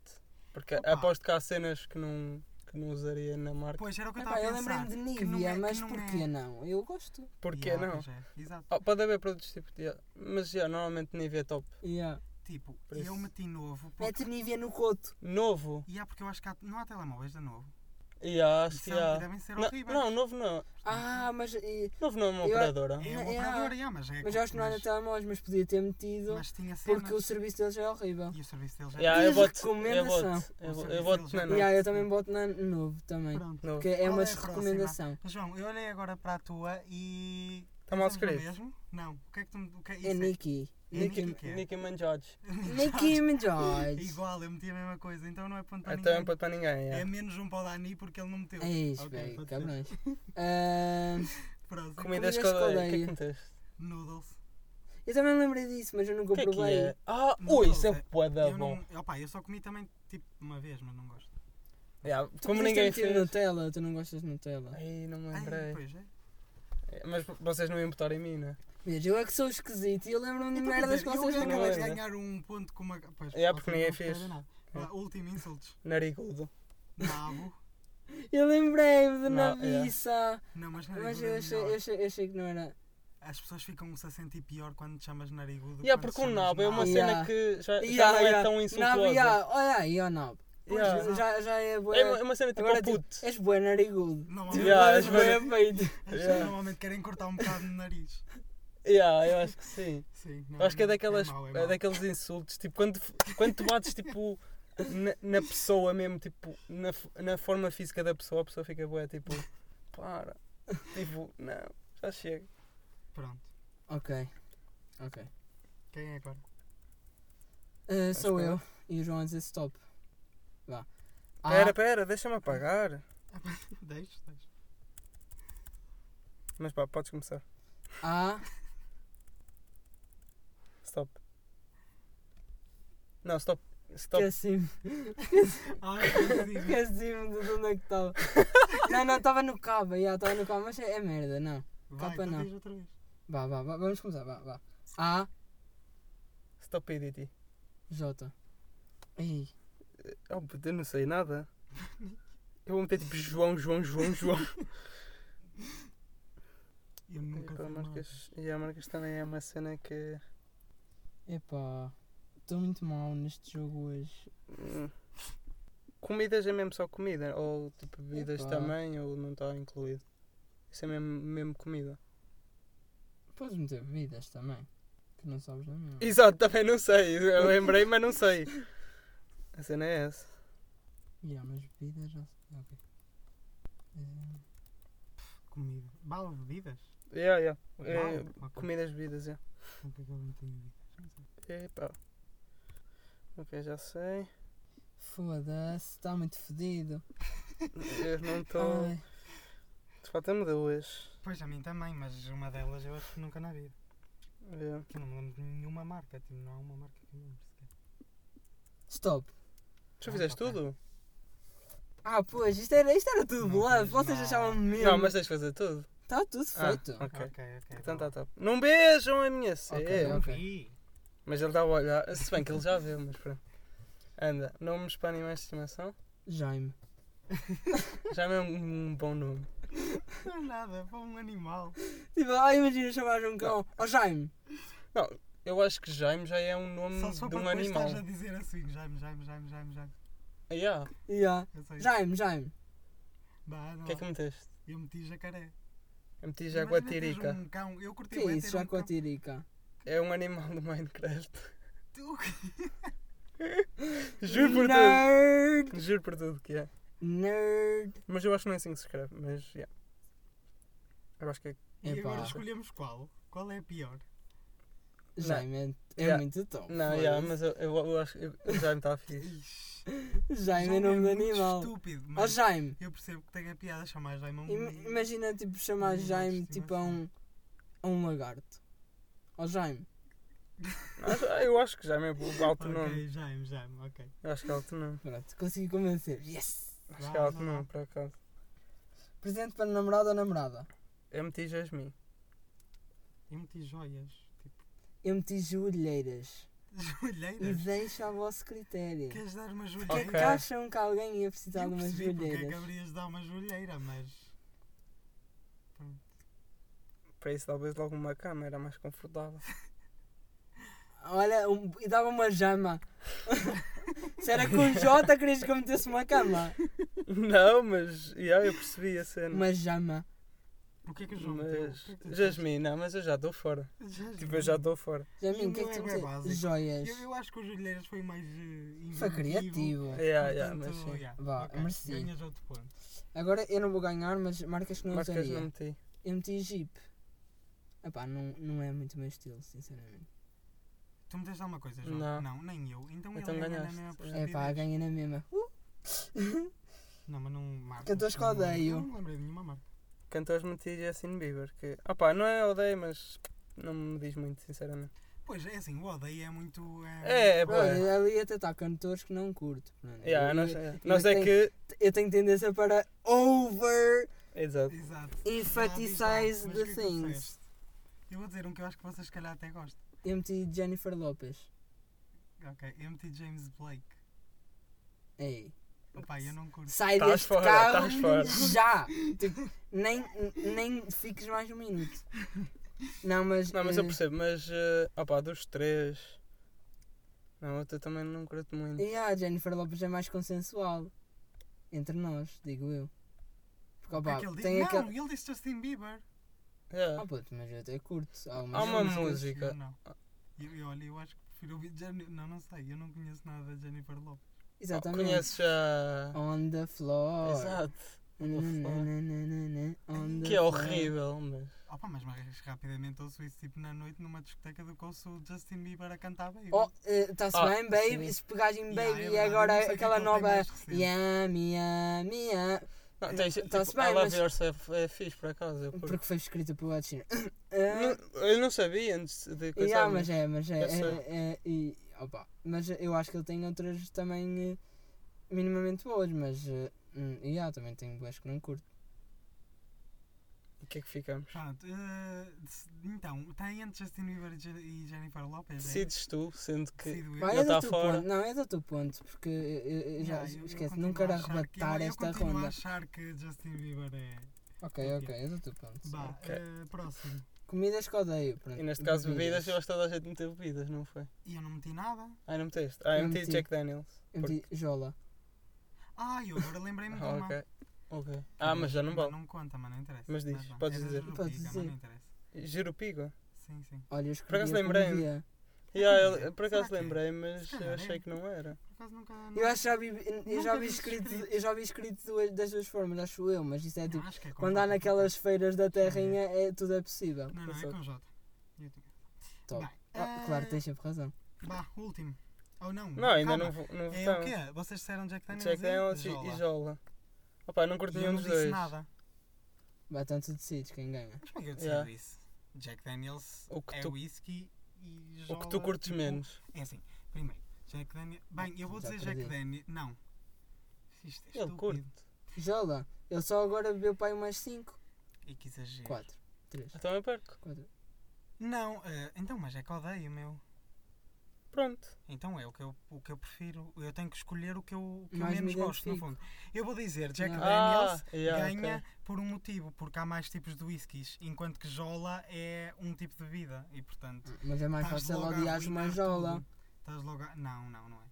[SPEAKER 1] porque
[SPEAKER 3] Opa.
[SPEAKER 1] aposto que há cenas que não, que não usaria na marca.
[SPEAKER 3] Pois era o que eu estava
[SPEAKER 2] Epá,
[SPEAKER 3] a
[SPEAKER 2] eu
[SPEAKER 3] pensar.
[SPEAKER 2] lembrei-me de
[SPEAKER 3] que não
[SPEAKER 2] Nivea,
[SPEAKER 3] é- que
[SPEAKER 2] mas
[SPEAKER 3] não
[SPEAKER 2] porquê
[SPEAKER 3] é-
[SPEAKER 2] não? Eu gosto.
[SPEAKER 1] Porquê
[SPEAKER 3] Yeah,
[SPEAKER 1] não?
[SPEAKER 3] pois é, Exato.
[SPEAKER 1] Oh, pode haver produtos tipo. yeah, Mas já, normalmente Nivea é top.
[SPEAKER 2] Yeah.
[SPEAKER 3] Tipo,
[SPEAKER 1] Por isso-
[SPEAKER 3] eu meti
[SPEAKER 2] É
[SPEAKER 3] novo porque.
[SPEAKER 2] Mete Nivea no coto.
[SPEAKER 1] Novo.
[SPEAKER 3] E há porque eu acho que há- não há telemóveis da novo.
[SPEAKER 1] Yeah,
[SPEAKER 3] E
[SPEAKER 1] acho que
[SPEAKER 3] são-
[SPEAKER 1] há.
[SPEAKER 3] devem ser
[SPEAKER 1] Não,
[SPEAKER 3] horríveis.
[SPEAKER 1] não, novo não.
[SPEAKER 2] Ah, mas, e-
[SPEAKER 1] Novo não é uma
[SPEAKER 2] Eu-
[SPEAKER 1] operadora.
[SPEAKER 3] É uma
[SPEAKER 2] Não, é.
[SPEAKER 3] operadora, yeah, mas é.
[SPEAKER 2] mas eu acho que não era telemóveis, mas podia ter metido,
[SPEAKER 3] Mas tinha cenas.
[SPEAKER 2] porque o serviço deles é horrível.
[SPEAKER 3] E o serviço deles é.
[SPEAKER 1] Yeah, eu
[SPEAKER 2] Diz
[SPEAKER 1] boto, eu
[SPEAKER 2] recomendação.
[SPEAKER 1] boto, eu
[SPEAKER 3] Ou
[SPEAKER 1] bo-
[SPEAKER 3] seja,
[SPEAKER 1] eu boto
[SPEAKER 3] eles
[SPEAKER 1] na
[SPEAKER 3] já-
[SPEAKER 1] noite.
[SPEAKER 2] Yeah, eu também boto na novo também,
[SPEAKER 3] Pronto.
[SPEAKER 1] Novo.
[SPEAKER 2] porque é
[SPEAKER 3] Qual
[SPEAKER 2] uma
[SPEAKER 3] é a próxima?
[SPEAKER 2] recomendação.
[SPEAKER 3] João, eu olhei agora para a tua e.
[SPEAKER 1] Está Tá mal
[SPEAKER 3] fizemos o
[SPEAKER 1] escrito.
[SPEAKER 3] mesmo? Não. O é que é que tu me. O que é isso?
[SPEAKER 2] É Nicki.
[SPEAKER 3] É
[SPEAKER 1] Nicki,
[SPEAKER 3] Nicki quê?
[SPEAKER 1] Nicki Minaj.
[SPEAKER 2] Nicki
[SPEAKER 3] É
[SPEAKER 2] Minaj.
[SPEAKER 3] igual, eu meti a mesma coisa, então não é ponto para
[SPEAKER 1] Então é um
[SPEAKER 3] ninguém.
[SPEAKER 1] ponto para ninguém.
[SPEAKER 3] É
[SPEAKER 1] yeah.
[SPEAKER 3] menos um para o Dani porque ele não meteu.
[SPEAKER 2] É isso,
[SPEAKER 3] Ok,
[SPEAKER 2] velho,
[SPEAKER 3] pode ser.
[SPEAKER 2] cabrões. Ah,
[SPEAKER 3] Próximo.
[SPEAKER 1] Comidas
[SPEAKER 2] comidas
[SPEAKER 1] que eu
[SPEAKER 2] que
[SPEAKER 1] odeio. O que é que
[SPEAKER 2] odeio.
[SPEAKER 1] meteste?
[SPEAKER 3] Noodles.
[SPEAKER 2] eu também lembrei disso, mas eu nunca
[SPEAKER 1] O que é que
[SPEAKER 2] provei.
[SPEAKER 1] é? Ah,
[SPEAKER 3] Não
[SPEAKER 1] ui, isso é
[SPEAKER 3] sei.
[SPEAKER 1] poeda
[SPEAKER 3] eu
[SPEAKER 1] bom.
[SPEAKER 3] não. Opa, eu só comi também tipo uma vez, mas não gosto.
[SPEAKER 1] Yeah,
[SPEAKER 2] Tu
[SPEAKER 1] Como
[SPEAKER 2] podias ter
[SPEAKER 1] ninguém
[SPEAKER 2] metido
[SPEAKER 1] fez.
[SPEAKER 2] Nutella, tu não gostas de Nutella.
[SPEAKER 1] Ai, não me
[SPEAKER 3] Ai,
[SPEAKER 1] lembrei.
[SPEAKER 3] pois é.
[SPEAKER 1] Mas vocês não iam botar em mim, né?
[SPEAKER 2] Vês, eu é que sou esquisito e eu lembro-me de merdas que vocês
[SPEAKER 3] Então,
[SPEAKER 1] é
[SPEAKER 3] eu
[SPEAKER 2] não é
[SPEAKER 3] acabei de
[SPEAKER 1] lembram.
[SPEAKER 2] lembram.
[SPEAKER 3] ganhar um ponto com uma. Pois,
[SPEAKER 1] É,
[SPEAKER 3] vocês
[SPEAKER 1] porque
[SPEAKER 3] não
[SPEAKER 1] ninguém
[SPEAKER 3] percebem
[SPEAKER 1] fez.
[SPEAKER 3] nada.
[SPEAKER 1] É.
[SPEAKER 3] Ah, Último insultos.
[SPEAKER 1] Narigudo.
[SPEAKER 3] Nabo.
[SPEAKER 2] Eu lembrei-me de
[SPEAKER 1] Não, é.
[SPEAKER 2] Nabissa.
[SPEAKER 3] Não, mas narigudo.
[SPEAKER 2] Mas eu
[SPEAKER 3] é
[SPEAKER 2] achei,
[SPEAKER 3] melhor.
[SPEAKER 2] eu, achei, eu achei que não era.
[SPEAKER 3] As pessoas ficam-se a sentir pior quando te chamas narigudo.
[SPEAKER 1] Yeah,
[SPEAKER 3] quando te
[SPEAKER 1] porque o
[SPEAKER 3] chamas
[SPEAKER 1] nabo é uma
[SPEAKER 3] um nabo.
[SPEAKER 2] Yeah.
[SPEAKER 1] cena que já, já
[SPEAKER 2] Yeah,
[SPEAKER 1] não é
[SPEAKER 2] yeah.
[SPEAKER 1] tão insultuosa.
[SPEAKER 2] Nab, yeah. ah, Olha aí, ó Nab.
[SPEAKER 1] Yeah.
[SPEAKER 3] Pois,
[SPEAKER 2] Já, já é boa.
[SPEAKER 1] É uma- é uma cena tipo
[SPEAKER 2] Agora
[SPEAKER 1] oh, puto.
[SPEAKER 2] tipo, és boa narigudo.
[SPEAKER 3] Não,
[SPEAKER 2] Tipo,
[SPEAKER 1] Yeah,
[SPEAKER 2] és
[SPEAKER 1] és bué-
[SPEAKER 2] boa feito.
[SPEAKER 3] As pessoas
[SPEAKER 1] Yeah.
[SPEAKER 3] normalmente querem cortar um bocado no nariz.
[SPEAKER 1] Yeah, eu acho que sim.
[SPEAKER 3] Sim,
[SPEAKER 1] Eu acho que é daquelas,
[SPEAKER 3] É mau, é
[SPEAKER 1] é
[SPEAKER 3] mau.
[SPEAKER 1] daqueles insultos, tipo, quando, quando tu bates tipo na, na pessoa mesmo, tipo, na, f- na forma física da pessoa, a pessoa fica boa, tipo, para. Tipo, não, já chega.
[SPEAKER 3] Pronto.
[SPEAKER 2] Ok. Ok.
[SPEAKER 3] Quem é agora?
[SPEAKER 2] Uh, sou
[SPEAKER 1] que-
[SPEAKER 2] eu e o João diz stop. Vá. Ah,
[SPEAKER 1] Pera, pera, deixa-me apagar.
[SPEAKER 3] Deixo, deixo.
[SPEAKER 1] Mas pá, podes começar.
[SPEAKER 2] ah,
[SPEAKER 1] Stop. Não, stop. Stop.
[SPEAKER 2] esqueci-me.
[SPEAKER 3] Ah, eu digo.
[SPEAKER 2] Esqueci-me de onde é que estava. não, não, estava no cabo. Já, estava no cabo, mas é, é merda, não.
[SPEAKER 3] Vai,
[SPEAKER 2] Capa
[SPEAKER 3] tu
[SPEAKER 2] não.
[SPEAKER 3] diz outra vez.
[SPEAKER 2] Vá, vá, vá, vamos começar, vá, vá. A,
[SPEAKER 1] Stop edit.
[SPEAKER 2] J. Ei,
[SPEAKER 1] Oh, puto, eu não sei nada. Eu vou meter tipo João, João, João, João.
[SPEAKER 3] Eu nunca
[SPEAKER 1] Epá,
[SPEAKER 3] fui mal.
[SPEAKER 1] marcas, e a Marcas também é uma cena que.
[SPEAKER 2] epá. Estou muito mal neste jogo hoje.
[SPEAKER 1] hum, Comidas é mesmo só comida, ou tipo bebidas
[SPEAKER 2] Epá.
[SPEAKER 1] também, ou não está incluído. Isso é mesmo, mesmo comida.
[SPEAKER 2] Podes meter bebidas também. Que não sabes nem mesmo.
[SPEAKER 1] Exato, também não sei. Eu lembrei, mas não sei. A cena é essa.
[SPEAKER 2] Yeah, mas bebidas já sei. Ok. Eh,
[SPEAKER 3] Comida. Bala, bebidas?
[SPEAKER 1] Yeah, yeah.
[SPEAKER 3] Bala?
[SPEAKER 1] É,
[SPEAKER 3] Ok.
[SPEAKER 1] comidas, bebidas, yeah.
[SPEAKER 3] Nunca que eu não tenho bebidas. Não sei.
[SPEAKER 1] Epá. Ok, já sei.
[SPEAKER 2] Foda-se, está muito fedido.
[SPEAKER 1] Eu não
[SPEAKER 3] Ah.
[SPEAKER 1] estou.
[SPEAKER 2] Ai,
[SPEAKER 1] Falta-me duas.
[SPEAKER 3] Pois, a mim também, mas uma delas eu acho que nunca na vida.
[SPEAKER 1] É.
[SPEAKER 3] Que eu não me lembro de nenhuma marca. Tipo, não há uma marca que eu me lembro sequer.
[SPEAKER 2] Stop.
[SPEAKER 1] Tu fizeste
[SPEAKER 3] ok.
[SPEAKER 1] tudo?
[SPEAKER 2] Ah, pois, isto era, isto era tudo
[SPEAKER 3] Não
[SPEAKER 2] bluff.
[SPEAKER 3] fez
[SPEAKER 2] Vocês
[SPEAKER 3] nada.
[SPEAKER 2] achavam mesmo.
[SPEAKER 1] Não, mas tens de fazer tudo.
[SPEAKER 2] Está Tá tudo
[SPEAKER 1] Ah,
[SPEAKER 2] feito.
[SPEAKER 1] ok.
[SPEAKER 3] ok, ok.
[SPEAKER 1] Então
[SPEAKER 3] bom.
[SPEAKER 1] tá top. Não beijam a minha cena.
[SPEAKER 2] Ok,
[SPEAKER 3] Não
[SPEAKER 2] ok.
[SPEAKER 3] vi.
[SPEAKER 1] Mas ele estava a olhar. Se bem que ele já viu, mas pronto. Anda, nomes para animais de estimação.
[SPEAKER 2] Jaime.
[SPEAKER 1] Já é um, um bom nome.
[SPEAKER 3] Não é nada, é para um animal.
[SPEAKER 2] Tipo, ah, imagina chamar um cão. Ó Jaime.
[SPEAKER 1] Eu acho que Jaime já é um nome
[SPEAKER 3] Só só
[SPEAKER 1] de
[SPEAKER 3] para
[SPEAKER 1] um
[SPEAKER 3] depois
[SPEAKER 1] animal.
[SPEAKER 3] estás a dizer assim, Jaime, Jaime, Jaime, Jaime, Jaime.
[SPEAKER 1] Yeah.
[SPEAKER 2] Yeah.
[SPEAKER 3] Eu sei.
[SPEAKER 2] Jaime, Jaime.
[SPEAKER 1] Tipo,
[SPEAKER 3] Bah, não.
[SPEAKER 1] O que é que meteste?
[SPEAKER 3] Eu meti jacaré.
[SPEAKER 1] Eu meti
[SPEAKER 3] Imagina
[SPEAKER 1] jaguatirica.
[SPEAKER 3] teres Um cão. Eu curti
[SPEAKER 2] Que
[SPEAKER 3] bué
[SPEAKER 2] é
[SPEAKER 3] ter
[SPEAKER 2] isso,
[SPEAKER 3] um
[SPEAKER 2] já com a
[SPEAKER 3] cão.
[SPEAKER 2] tirica.
[SPEAKER 1] É um animal do Minecraft.
[SPEAKER 3] Tu-
[SPEAKER 1] Juro por tudo.
[SPEAKER 2] Nerd.
[SPEAKER 1] Juro por tudo que é.
[SPEAKER 2] Nerd.
[SPEAKER 1] Mas eu acho que não é assim que se escreve. Mas, yeah. Eu acho que é.
[SPEAKER 3] E agora
[SPEAKER 2] Epá.
[SPEAKER 3] escolhemos qual? Qual é a pior?
[SPEAKER 2] Jaime é, é
[SPEAKER 1] Yeah.
[SPEAKER 2] muito top.
[SPEAKER 1] Não,
[SPEAKER 2] foda-se.
[SPEAKER 1] yeah, mas eu, eu, eu acho que o Jaime está fixe.
[SPEAKER 3] Ixi,
[SPEAKER 2] Jaime é nome de
[SPEAKER 3] muito
[SPEAKER 2] animal. Ah,
[SPEAKER 3] estúpido,
[SPEAKER 2] Ó
[SPEAKER 3] mas
[SPEAKER 2] Jaime.
[SPEAKER 3] eu percebo que tem a piada chamar Jaime a um...
[SPEAKER 2] Im-
[SPEAKER 1] Hum.
[SPEAKER 2] imagina tipo chamar
[SPEAKER 3] Animal de
[SPEAKER 2] Jaime tipo a um. a um lagarto. Ó Jaime.
[SPEAKER 1] Acho- ah, eu acho que Jaime é bo- alto nome.
[SPEAKER 3] Ok, Jaime, Jaime, ok.
[SPEAKER 1] Eu acho que é alto nome.
[SPEAKER 2] Pronto, consegui convencer. Yes!
[SPEAKER 1] Acho que é alto nome, por acaso.
[SPEAKER 2] Presente para namorado ou namorada?
[SPEAKER 1] Eu meti Jasmine.
[SPEAKER 3] Eu meti joias, tipo,
[SPEAKER 2] Eu meti joelheiras. E
[SPEAKER 3] joelheiras.
[SPEAKER 2] deixo ao vosso critério.
[SPEAKER 3] Queres dar uma
[SPEAKER 2] Que
[SPEAKER 3] joelheira?
[SPEAKER 1] Ok.
[SPEAKER 2] que acham que alguém ia
[SPEAKER 3] Eu
[SPEAKER 2] precisar de umas
[SPEAKER 3] percebi porque é que
[SPEAKER 2] joelheiras?
[SPEAKER 3] haverias de dar uma joelheira, mas...
[SPEAKER 1] Para isso, talvez logo uma cama era mais confortável.
[SPEAKER 2] Olha, um- e dava uma jama. Se era com J, querias que eu metesse uma cama?
[SPEAKER 1] não, mas. Yeah, eu percebi a cena.
[SPEAKER 2] Uma jama.
[SPEAKER 3] O que é que o João meteu? O
[SPEAKER 1] Mas.
[SPEAKER 3] que é que tu disseste?
[SPEAKER 1] Jasmine, não, mas eu já estou fora.
[SPEAKER 3] Jasmine.
[SPEAKER 1] Tipo, eu já estou fora.
[SPEAKER 2] Já
[SPEAKER 3] E
[SPEAKER 2] mim,
[SPEAKER 3] o
[SPEAKER 2] o que é
[SPEAKER 3] meu
[SPEAKER 2] que tu
[SPEAKER 3] é bué básico.
[SPEAKER 2] meteste? Joias.
[SPEAKER 3] Eu, É. eu acho que o joelheiras foi mais uh,
[SPEAKER 2] Foi criativo.
[SPEAKER 1] Yeah, yeah,
[SPEAKER 3] Então,
[SPEAKER 1] mas sim.
[SPEAKER 2] Vá, merci.
[SPEAKER 3] Ganhas outro ponto.
[SPEAKER 2] Agora eu não vou ganhar, mas marcas que não
[SPEAKER 1] Marcas
[SPEAKER 2] usaria.
[SPEAKER 1] não meti.
[SPEAKER 2] Eu meti Jeep. Epá, não, não é muito o meu estilo, sinceramente.
[SPEAKER 3] Tu me deste alguma coisa, João?
[SPEAKER 1] Não.
[SPEAKER 3] nem eu. Então,
[SPEAKER 1] Então
[SPEAKER 3] ele ganha
[SPEAKER 1] ganhaste.
[SPEAKER 3] na mesma
[SPEAKER 2] É pá,
[SPEAKER 3] porcentagem.
[SPEAKER 2] ganha na mesma.
[SPEAKER 3] Não, mas não marca.
[SPEAKER 2] Cantores que odeio.
[SPEAKER 3] Eu não me lembrei de nenhuma marca.
[SPEAKER 1] Cantores meti Justin Bieber. Que. Ah pá, não é odeio, mas. Não me diz muito, sinceramente.
[SPEAKER 3] Pois é assim, o odeio é muito.
[SPEAKER 1] É, é boa.
[SPEAKER 2] Olha, ali até está cantores que não curto. Pronto.
[SPEAKER 1] Yeah,
[SPEAKER 2] eu,
[SPEAKER 1] nós,
[SPEAKER 2] eu-
[SPEAKER 1] nós é
[SPEAKER 2] tenho-
[SPEAKER 1] que.
[SPEAKER 2] eu tenho tendência para over
[SPEAKER 1] Exato.
[SPEAKER 3] Exato.
[SPEAKER 2] emphasize
[SPEAKER 3] Mas o que
[SPEAKER 2] the
[SPEAKER 3] é que tu
[SPEAKER 2] things.
[SPEAKER 3] disseste? Eu vou dizer um que eu acho que vocês, se calhar, até gostam.
[SPEAKER 2] MT Jennifer Lopez.
[SPEAKER 3] Ok, MT James Blake.
[SPEAKER 2] Ei.
[SPEAKER 3] Opa, eu não curto.
[SPEAKER 2] Sai
[SPEAKER 1] Tás
[SPEAKER 2] deste
[SPEAKER 1] fora,
[SPEAKER 2] carro
[SPEAKER 1] tás fora.
[SPEAKER 2] já! Tipo, nem, nem fiques mais um minuto. Não, mas.
[SPEAKER 1] Não, mas eu
[SPEAKER 2] eh,
[SPEAKER 1] percebo, mas. eh, opá, dos três. Não, outra também não curto muito.
[SPEAKER 2] E a Jennifer Lopez é mais consensual. Entre nós, digo eu. Porque,
[SPEAKER 3] O que é
[SPEAKER 2] opa,
[SPEAKER 3] que ele
[SPEAKER 2] tem
[SPEAKER 3] disse?
[SPEAKER 2] aquele.
[SPEAKER 3] Não, ele disse Justin Bieber.
[SPEAKER 1] Yeah.
[SPEAKER 2] Ah, puto, mas eu até curto. Há
[SPEAKER 1] Há
[SPEAKER 2] uma
[SPEAKER 1] uma
[SPEAKER 2] música.
[SPEAKER 1] música.
[SPEAKER 3] Eu não. Eu, eu, olha, eu acho que prefiro ouvir Jennifer. Não, não sei. Eu não conheço nada da Jennifer Lopez.
[SPEAKER 2] Exatamente. Oh,
[SPEAKER 1] Conheces a.
[SPEAKER 2] On the floor.
[SPEAKER 1] Exato.
[SPEAKER 2] Nananana, on the
[SPEAKER 1] Que é
[SPEAKER 2] floor.
[SPEAKER 1] horrível, mas.
[SPEAKER 3] Opa, mas mais rapidamente ouço isso tipo na noite numa discoteca do que ouço o Justin Bieber a cantar bem.
[SPEAKER 2] Oh, está-se
[SPEAKER 1] Ah,
[SPEAKER 2] bem, baby.
[SPEAKER 1] sim.
[SPEAKER 2] Se pegares em
[SPEAKER 3] Tipo, Yeah,
[SPEAKER 2] baby,
[SPEAKER 3] é
[SPEAKER 2] e
[SPEAKER 3] verdade, eu não
[SPEAKER 2] agora
[SPEAKER 3] sei o que é
[SPEAKER 2] aquela
[SPEAKER 3] que ele tem
[SPEAKER 2] nova.
[SPEAKER 3] mais recente.
[SPEAKER 2] Yummy, yummy, yum.
[SPEAKER 1] Não, tens.
[SPEAKER 2] Tá-se
[SPEAKER 1] tipo,
[SPEAKER 2] bem,
[SPEAKER 1] I love
[SPEAKER 2] mas-
[SPEAKER 1] yourself é fixe por acaso. eu curto.
[SPEAKER 2] Porque foi escrita pelo Ed Sheeran. Eh,
[SPEAKER 1] Não- eu não sabia antes de coisar.
[SPEAKER 2] Yeah, mas é, mas é.
[SPEAKER 1] Eu sei.
[SPEAKER 2] é- é- e, opa, mas eu acho que ele tem outras também eh, minimamente boas, mas. eh, hum, yeah, também tem boas que não curto.
[SPEAKER 1] O que é que ficamos?
[SPEAKER 3] Pronto, eh, se- então, tem entre Justin Bieber e Je- e Jennifer Lopez?
[SPEAKER 1] Decides tu, sendo que.
[SPEAKER 3] é. Decido eu.
[SPEAKER 2] Vai,
[SPEAKER 1] já
[SPEAKER 2] é do
[SPEAKER 1] tá
[SPEAKER 2] teu
[SPEAKER 1] fora.
[SPEAKER 2] ponto. Não, é do teu ponto, porque eh, eh, eu já
[SPEAKER 3] Yeah, eu- eu
[SPEAKER 2] esquece,
[SPEAKER 3] continuo
[SPEAKER 2] não quero
[SPEAKER 3] a achar que- é um
[SPEAKER 2] arrebatar
[SPEAKER 3] eu-
[SPEAKER 2] esta
[SPEAKER 3] eu continuo
[SPEAKER 2] ronda.
[SPEAKER 3] a achar que Justin Bieber é...
[SPEAKER 2] Ok, ok, é do teu ponto.
[SPEAKER 3] Bah,
[SPEAKER 1] Ok.
[SPEAKER 3] eh, próximo.
[SPEAKER 2] Comidas que odeio. Pronto.
[SPEAKER 1] E neste caso, bebidas, eu acho que toda a gente meteu bebidas, não foi?
[SPEAKER 3] E eu não meti nada.
[SPEAKER 1] Ah, não meteste? Ah, eu
[SPEAKER 2] Eu
[SPEAKER 1] meti
[SPEAKER 2] meti.
[SPEAKER 1] Jack Daniels.
[SPEAKER 2] Eu meti Jola.
[SPEAKER 3] Ah, eu agora lembrei-me de
[SPEAKER 1] Ah,
[SPEAKER 3] uma.
[SPEAKER 1] ok. Ok. Ah, mas já não
[SPEAKER 3] Mas
[SPEAKER 1] vale.
[SPEAKER 3] Não conta, mas não interessa.
[SPEAKER 1] Mas diz,
[SPEAKER 3] vá.
[SPEAKER 1] podes
[SPEAKER 3] Era
[SPEAKER 1] dizer.
[SPEAKER 3] Jerubica,
[SPEAKER 2] Podes
[SPEAKER 3] mas
[SPEAKER 2] dizer.
[SPEAKER 3] não interessa.
[SPEAKER 1] Jerupigo?
[SPEAKER 3] Sim, sim.
[SPEAKER 2] Olha, eu
[SPEAKER 1] Por acaso
[SPEAKER 2] escrevia como
[SPEAKER 1] lembrei-me.
[SPEAKER 2] via.
[SPEAKER 1] Yeah,
[SPEAKER 3] Será que
[SPEAKER 1] eu,
[SPEAKER 3] é?
[SPEAKER 1] por acaso
[SPEAKER 3] Será que é?
[SPEAKER 1] lembrei, mas
[SPEAKER 3] Se
[SPEAKER 1] eu
[SPEAKER 3] calhar
[SPEAKER 1] achei
[SPEAKER 3] é.
[SPEAKER 1] que não era.
[SPEAKER 3] Por acaso nunca...
[SPEAKER 2] Eu acho que já vi, eu já
[SPEAKER 3] Nunca
[SPEAKER 2] vi
[SPEAKER 3] vi
[SPEAKER 2] escrito,
[SPEAKER 3] escrito.
[SPEAKER 2] eu já vi escrito duas- das duas formas, acho eu, mas isso é tipo.
[SPEAKER 3] acho que é com
[SPEAKER 2] Quando há
[SPEAKER 3] J.
[SPEAKER 2] naquelas feiras da terrinha, é, tudo é possível.
[SPEAKER 3] Não, não, é com J. Eu tinha.
[SPEAKER 2] Top.
[SPEAKER 3] Bem,
[SPEAKER 2] Ah,
[SPEAKER 3] eh,
[SPEAKER 2] claro, tens sempre razão.
[SPEAKER 3] Bah, último. Ou não.
[SPEAKER 1] Não, ainda
[SPEAKER 3] calma.
[SPEAKER 1] não, vo- não
[SPEAKER 3] É o
[SPEAKER 1] votaram.
[SPEAKER 3] quê? Vocês disseram Jack Daniels
[SPEAKER 1] Jack
[SPEAKER 3] e
[SPEAKER 1] Daniels e
[SPEAKER 3] Jola.
[SPEAKER 1] e Jola. Opá, não curto
[SPEAKER 3] E eu
[SPEAKER 1] nenhum
[SPEAKER 3] não
[SPEAKER 1] dos
[SPEAKER 3] disse
[SPEAKER 1] dois.
[SPEAKER 3] nada.
[SPEAKER 2] Vai, tanto decides quem ganha.
[SPEAKER 3] Mas como é que eu
[SPEAKER 1] Yeah.
[SPEAKER 3] decido isso? Jack Daniels
[SPEAKER 1] O que
[SPEAKER 3] é
[SPEAKER 1] tu-
[SPEAKER 3] whisky e
[SPEAKER 1] O
[SPEAKER 3] Jola,
[SPEAKER 1] que tu curtes
[SPEAKER 3] tipo,
[SPEAKER 1] menos.
[SPEAKER 3] É assim, primeiro, Jack Daniels... Bem, eu vou
[SPEAKER 2] Já
[SPEAKER 3] dizer Jack
[SPEAKER 2] perdi.
[SPEAKER 3] Daniels... Não. Isto é
[SPEAKER 1] Ele
[SPEAKER 3] estúpido.
[SPEAKER 1] curte.
[SPEAKER 2] Jola, ele só agora bebeu pai umas 5,
[SPEAKER 3] E que exagero.
[SPEAKER 2] 4, 3,
[SPEAKER 1] Então eu perco.
[SPEAKER 2] 4.
[SPEAKER 3] Não, eh, então, mas é que odeio, meu.
[SPEAKER 1] Pronto.
[SPEAKER 3] Então é o que, eu, o que eu prefiro. Eu tenho que escolher o que eu, o que eu
[SPEAKER 2] Mais me
[SPEAKER 3] menos gosto, no
[SPEAKER 2] identifico.
[SPEAKER 3] fundo. Eu vou dizer Jack
[SPEAKER 2] Não.
[SPEAKER 3] Daniels
[SPEAKER 1] ah, yeah, ok.
[SPEAKER 3] ganha por um motivo, porque há mais tipos de whiskies, enquanto que Jola é um tipo de vida e portanto.
[SPEAKER 2] Mas é mais
[SPEAKER 3] estás
[SPEAKER 2] fácil
[SPEAKER 3] logo a
[SPEAKER 2] odiares uma
[SPEAKER 3] arruinar
[SPEAKER 2] jola.
[SPEAKER 3] tudo. Estás logo a... Não, não, não é.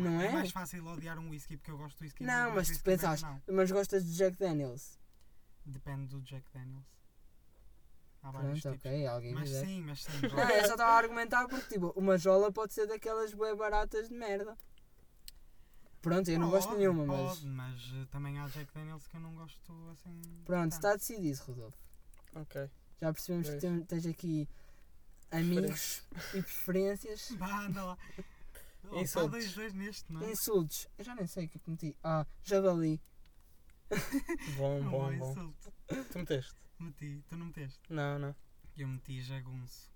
[SPEAKER 2] Não é?
[SPEAKER 3] mais fácil odiar um whisky porque eu gosto de whisky. e
[SPEAKER 2] Não,
[SPEAKER 3] gosto
[SPEAKER 2] mas
[SPEAKER 3] de
[SPEAKER 2] se
[SPEAKER 3] whisky,
[SPEAKER 2] pensares,
[SPEAKER 3] não.
[SPEAKER 2] mas gostas de Jack Daniels.
[SPEAKER 3] Depende do Jack Daniels. Há vários
[SPEAKER 2] Pronto,
[SPEAKER 3] tipos.
[SPEAKER 2] ok, alguém
[SPEAKER 3] Mas
[SPEAKER 2] dizer.
[SPEAKER 3] sim, mas sim.
[SPEAKER 2] Não, eu só estava a argumentar porque, tipo, uma jola pode ser daquelas bem baratas de merda. Pronto, eu não gosto de
[SPEAKER 3] Pode,
[SPEAKER 2] nenhuma,
[SPEAKER 3] pode,
[SPEAKER 2] mas.
[SPEAKER 3] mas eh, também há Jack Daniels que eu não gosto assim.
[SPEAKER 2] Pronto,
[SPEAKER 3] tanto.
[SPEAKER 2] está decidido, Rodolfo.
[SPEAKER 1] Ok.
[SPEAKER 2] Já percebemos que
[SPEAKER 1] Pois.
[SPEAKER 2] tem- tens aqui amigos e preferências.
[SPEAKER 3] Bah, anda lá. Oh, Só
[SPEAKER 1] Insultos.
[SPEAKER 3] dois, dois neste, não é?
[SPEAKER 2] Insultos. Eu já nem sei o que cometi. Ah, javali.
[SPEAKER 1] Bom,
[SPEAKER 3] Não há
[SPEAKER 1] bom, bom.
[SPEAKER 3] insulto.
[SPEAKER 1] Tu meteste?
[SPEAKER 3] Meti, tu não meteste.
[SPEAKER 1] Não, não.
[SPEAKER 3] Eu meti jagunço.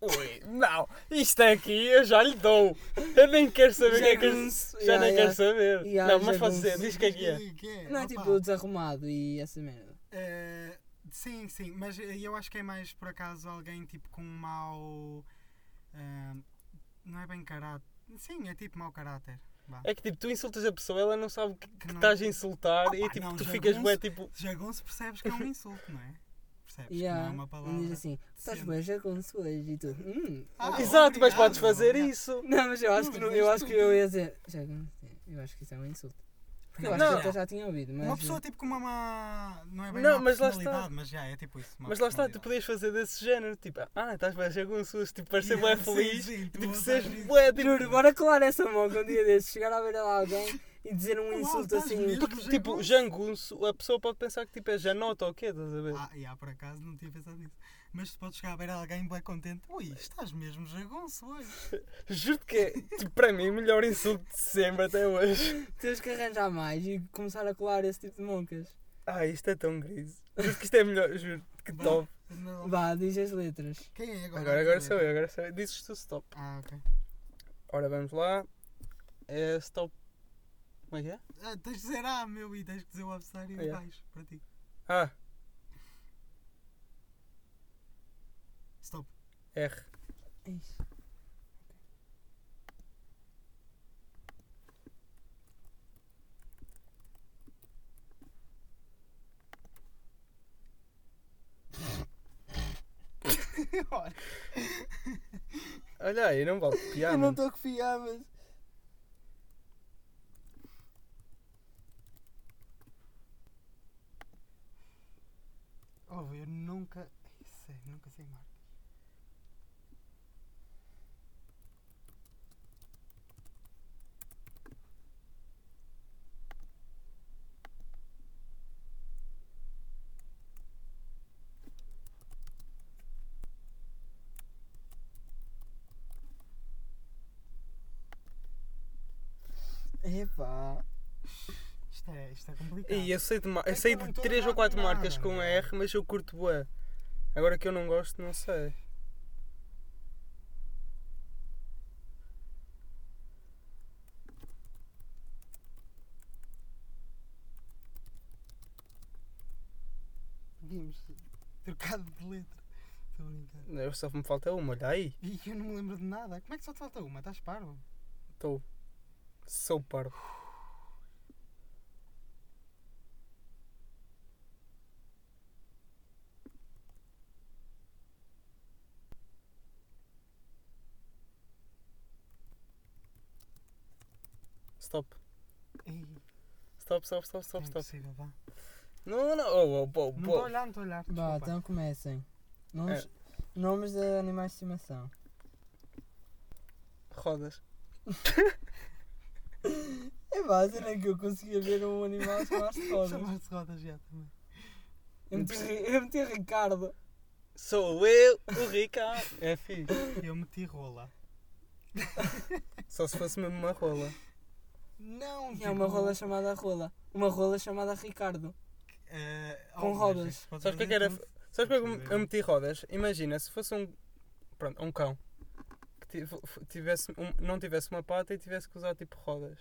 [SPEAKER 1] Ui, não. Isto aqui eu já lhe dou. Eu nem quero saber o que é que. eu-
[SPEAKER 2] Jagunço.
[SPEAKER 1] Já
[SPEAKER 2] Yeah,
[SPEAKER 1] nem
[SPEAKER 2] yeah.
[SPEAKER 1] quero saber.
[SPEAKER 2] Ya,
[SPEAKER 1] Não, mas
[SPEAKER 2] já
[SPEAKER 1] podes
[SPEAKER 2] não
[SPEAKER 1] dizer,
[SPEAKER 2] sei.
[SPEAKER 1] diz o que é que é.
[SPEAKER 3] Que é?
[SPEAKER 2] Não é
[SPEAKER 3] Opa.
[SPEAKER 2] tipo desarrumado e essa merda.
[SPEAKER 3] Eh, sim, sim, mas eu acho que é mais por acaso alguém tipo com um mau. ah, não é bem caráter. Sim, é tipo mau caráter.
[SPEAKER 1] É que tipo, tu insultas a pessoa, ela não sabe que, que
[SPEAKER 3] não-
[SPEAKER 1] estás a insultar e
[SPEAKER 3] Opa,
[SPEAKER 1] tipo,
[SPEAKER 3] não,
[SPEAKER 1] tu
[SPEAKER 3] já
[SPEAKER 1] ficas
[SPEAKER 3] não
[SPEAKER 1] bué
[SPEAKER 3] se-
[SPEAKER 1] tipo.
[SPEAKER 3] Jagunço percebes que é um insulto, não é? Percebes que
[SPEAKER 2] Yeah.
[SPEAKER 3] não é uma
[SPEAKER 2] E
[SPEAKER 3] palavra.
[SPEAKER 2] diz assim, estás
[SPEAKER 3] decente.
[SPEAKER 2] bem jagunço hoje e tudo. Hum.
[SPEAKER 3] Ah,
[SPEAKER 1] Exato, mas
[SPEAKER 3] obrigado,
[SPEAKER 1] podes fazer
[SPEAKER 3] obrigado.
[SPEAKER 1] isso.
[SPEAKER 2] Não, mas eu acho que
[SPEAKER 3] Não,
[SPEAKER 2] não,
[SPEAKER 3] mas é
[SPEAKER 2] eu acho que
[SPEAKER 3] estúpido.
[SPEAKER 2] eu ia dizer. Jagunço. Eu acho que isso é um insulto. Porque eu acho
[SPEAKER 1] Não.
[SPEAKER 2] que eu até já tinha ouvido, mas. eh,
[SPEAKER 3] Uma pessoa tipo com uma má. Não é bem
[SPEAKER 1] Não,
[SPEAKER 3] má
[SPEAKER 1] mas lá está.
[SPEAKER 3] personalidade, mas já é tipo isso. má
[SPEAKER 1] Mas lá está, tu podias
[SPEAKER 3] personalidade.
[SPEAKER 1] fazer desse género, tipo, ah, estás bem jagunço, tipo, parecer bué
[SPEAKER 3] Sim,
[SPEAKER 1] feliz,
[SPEAKER 3] sim, tu
[SPEAKER 1] tipo,
[SPEAKER 3] ouves
[SPEAKER 1] seres
[SPEAKER 3] às vezes.
[SPEAKER 1] bué, tipo,
[SPEAKER 2] Juro, bora colar essa moca um dia desses. Chegar à beira de alguém e dizer um
[SPEAKER 3] Uau,
[SPEAKER 2] insulto
[SPEAKER 3] estás
[SPEAKER 2] assim.
[SPEAKER 3] mesmo?
[SPEAKER 1] Porque,
[SPEAKER 3] Jagunço.
[SPEAKER 1] tipo, jangunço, a pessoa pode pensar que, tipo, é janota ou o quê, estás a ver?
[SPEAKER 3] Ah, yeah, por acaso não tinha pensado nisso. Mas tu podes chegar a ver alguém bem contente. Ui, estás mesmo jagunço hoje.
[SPEAKER 1] Juro que é, tipo, para mim, o melhor insulto de sempre até hoje.
[SPEAKER 2] Tens que arranjar mais e começar a colar esse tipo de moncas.
[SPEAKER 1] Ah, isto é tão gris. Juro que isto é melhor, juro, que
[SPEAKER 3] Bah.
[SPEAKER 1] top.
[SPEAKER 3] Não.
[SPEAKER 2] Vá, diz as letras.
[SPEAKER 3] Quem é agora?
[SPEAKER 1] Agora, agora sou eu, agora sou eu. Dizes tu stop.
[SPEAKER 3] Ah, ok.
[SPEAKER 1] Ora, vamos lá. É stop. Como é que é?
[SPEAKER 3] Ah, tens de dizer ah, meu, e tens de dizer o adversário
[SPEAKER 1] Ah, yeah.
[SPEAKER 3] baixo para ti.
[SPEAKER 1] Ah.
[SPEAKER 3] Stop.
[SPEAKER 1] R.
[SPEAKER 2] Ei,
[SPEAKER 3] Olha,
[SPEAKER 1] Olha aí, não vale piada.
[SPEAKER 2] Eu não estou a confiar, mas.
[SPEAKER 3] oh, eu nunca. Ai, Sério, nunca sei marcas.
[SPEAKER 2] Epá.
[SPEAKER 3] Isto é, isto é complicado.
[SPEAKER 1] E eu sei de, ma-
[SPEAKER 3] É
[SPEAKER 1] eu
[SPEAKER 3] que
[SPEAKER 1] sei
[SPEAKER 3] eu não
[SPEAKER 1] de
[SPEAKER 3] tô
[SPEAKER 1] 3 ou
[SPEAKER 3] ligado
[SPEAKER 1] 4
[SPEAKER 3] nada,
[SPEAKER 1] marcas com
[SPEAKER 3] meu.
[SPEAKER 1] R, mas eu curto bué. Agora que eu não gosto, não sei.
[SPEAKER 3] Vimos trocado de letra. Estou a brincar.
[SPEAKER 1] Eu só me falta uma, olha aí.
[SPEAKER 3] E eu não me lembro de nada. Como é que só te falta uma? Estás parvo?
[SPEAKER 1] Estou. Sou parvo. Stop.
[SPEAKER 3] Ei,
[SPEAKER 1] Stop, stop, stop,
[SPEAKER 3] é
[SPEAKER 1] stop, stop.
[SPEAKER 3] impossível, vá.
[SPEAKER 1] Não, não, oh, oh, oh,
[SPEAKER 3] Não estou a
[SPEAKER 1] oh.
[SPEAKER 3] olhar, não estou a olhar.
[SPEAKER 2] Vá,
[SPEAKER 3] desculpa.
[SPEAKER 2] então comecem. Nomes, nomes de animais de estimação.
[SPEAKER 1] Rodas.
[SPEAKER 2] É pá, a cena que eu conseguia ver um animal chamar-se rodas.
[SPEAKER 3] Chamar-se rodas já também.
[SPEAKER 2] Eu meti, eu meti Ricardo.
[SPEAKER 1] Sou eu, o Ricardo. É fixe.
[SPEAKER 3] Eu meti rola.
[SPEAKER 1] Só se fosse mesmo uma rola.
[SPEAKER 3] Não,
[SPEAKER 1] É
[SPEAKER 3] tipo,
[SPEAKER 2] E há uma rola chamada Rola. Uma rola chamada Ricardo.
[SPEAKER 3] eh,
[SPEAKER 2] com rodas.
[SPEAKER 1] Sabes o que é que era? Sabes porque é que eu meti rodas? Imagina, se fosse um. Pronto, um cão. Que tiv- f- tivesse um- não tivesse uma pata e tivesse que usar tipo rodas.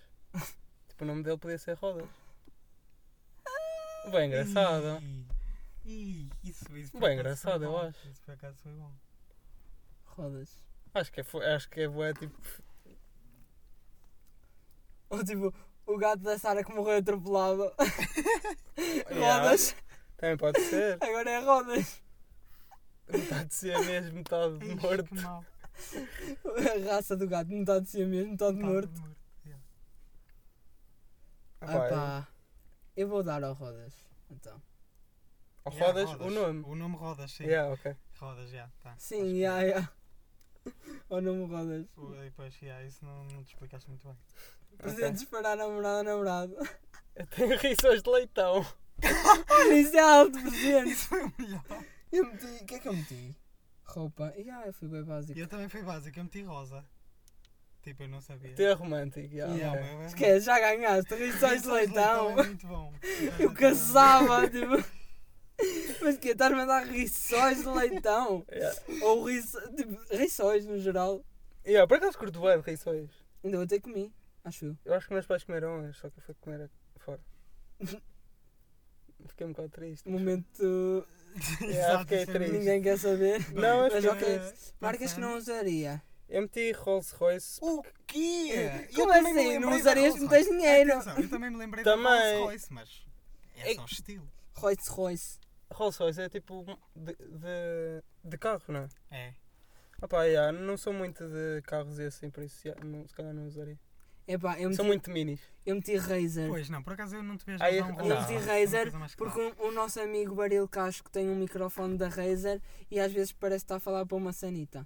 [SPEAKER 1] tipo, o nome dele podia ser Rodas. Bem engraçado.
[SPEAKER 3] um Ih, isso, isso por
[SPEAKER 1] Bem
[SPEAKER 3] acaso
[SPEAKER 1] engraçado,
[SPEAKER 3] foi
[SPEAKER 1] eu
[SPEAKER 3] bom.
[SPEAKER 1] acho.
[SPEAKER 3] Isso por acaso foi bom.
[SPEAKER 2] Rodas.
[SPEAKER 1] Acho que é, fo- acho que é boa, tipo.
[SPEAKER 2] Ou tipo, o gato da Sara que morreu atropelado.
[SPEAKER 1] yeah,
[SPEAKER 2] Rodas.
[SPEAKER 1] Também pode ser.
[SPEAKER 2] Agora é rodas.
[SPEAKER 1] Metade de ser mesmo, metade de
[SPEAKER 3] Ixi,
[SPEAKER 1] morto.
[SPEAKER 3] Que Tá, mal.
[SPEAKER 2] A raça do gato, metade de si mesmo, metade
[SPEAKER 3] Tá
[SPEAKER 2] morto.
[SPEAKER 3] morto.
[SPEAKER 2] Ah
[SPEAKER 3] Ah, é.
[SPEAKER 1] Vai.
[SPEAKER 2] pá. Eu vou dar ao rodas. Então.
[SPEAKER 1] Ou
[SPEAKER 3] Yeah,
[SPEAKER 1] rodas, o nome.
[SPEAKER 3] O nome Rodas, sim.
[SPEAKER 1] Yeah, ok.
[SPEAKER 3] Rodas, já, tá.
[SPEAKER 2] Sim,
[SPEAKER 3] Acho que-
[SPEAKER 2] ia, ia. Ao nome rodas.
[SPEAKER 3] O- e Depois, yeah, isso não, não te explicaste muito bem.
[SPEAKER 2] Presentes disparar para a namorada, namorado.
[SPEAKER 1] Eu tenho rissões de leitão.
[SPEAKER 2] Olha, isso é alto presente.
[SPEAKER 3] Foi o melhor.
[SPEAKER 2] Eu meti. O que é que eu meti? Roupa. E ah, eu fui bem básico.
[SPEAKER 3] Eu também fui básico, eu meti rosa. Tipo, eu não sabia.
[SPEAKER 1] Tu é romântico. Yeah,
[SPEAKER 3] Yeah,
[SPEAKER 1] ok.
[SPEAKER 3] o meu é-
[SPEAKER 2] Esquece, já ganhaste. Rissóis de
[SPEAKER 3] Rissóis de leitão
[SPEAKER 2] leitão.
[SPEAKER 3] É muito bom.
[SPEAKER 2] Eu caçava, tipo. Mas que Estás-me a dar rissóis de leitão?
[SPEAKER 1] Yeah.
[SPEAKER 2] Ou riço, tipo, rissóis no geral?
[SPEAKER 1] Yeah, por acaso curto bem de rissóis.
[SPEAKER 2] Ainda ontem comi, acho eu.
[SPEAKER 1] Eu acho que meus pais comeram hoje, só que eu fui comer fora. Fiquei um bocado triste.
[SPEAKER 2] Momento.
[SPEAKER 1] Yeah,
[SPEAKER 3] Exato,
[SPEAKER 1] fiquei
[SPEAKER 3] isso é muito-
[SPEAKER 1] triste.
[SPEAKER 2] Ninguém quer saber.
[SPEAKER 1] Não,
[SPEAKER 2] Mas
[SPEAKER 1] eu
[SPEAKER 2] ok.
[SPEAKER 1] fiquei
[SPEAKER 3] Eh,
[SPEAKER 1] triste.
[SPEAKER 2] Marcas que não usaria.
[SPEAKER 1] Eu meti Rolls Royce.
[SPEAKER 3] O quê? É, Eu
[SPEAKER 2] Como
[SPEAKER 3] também me
[SPEAKER 2] assim? Não
[SPEAKER 3] lembrei da
[SPEAKER 2] usarias
[SPEAKER 3] Rolls
[SPEAKER 2] porque tens
[SPEAKER 3] Royce.
[SPEAKER 2] dinheiro.
[SPEAKER 3] Atenção, eu também me lembrei
[SPEAKER 1] Também.
[SPEAKER 3] da Rolls Royce, mas é
[SPEAKER 1] Ei.
[SPEAKER 3] só estilo.
[SPEAKER 2] Rolls Royce.
[SPEAKER 1] Rolls Royce é tipo de, de, de carro, não é?
[SPEAKER 3] É.
[SPEAKER 1] Ah pá, yeah, não sou muito de carros e assim, por isso yeah, não, se calhar não usaria.
[SPEAKER 2] Epá, eu meti,
[SPEAKER 1] São muito minis.
[SPEAKER 2] eu meti Razer.
[SPEAKER 3] Pois não, por acaso eu não te vejo
[SPEAKER 1] Aí-
[SPEAKER 3] usar um
[SPEAKER 1] não.
[SPEAKER 3] Rolls Royce,
[SPEAKER 2] É. Meti
[SPEAKER 3] é uma
[SPEAKER 2] Razer,
[SPEAKER 3] coisa mais
[SPEAKER 2] Porque
[SPEAKER 3] clara.
[SPEAKER 2] o, o nosso amigo Baril Casco tem um microfone da Razer e às vezes parece que está a falar para uma sanita.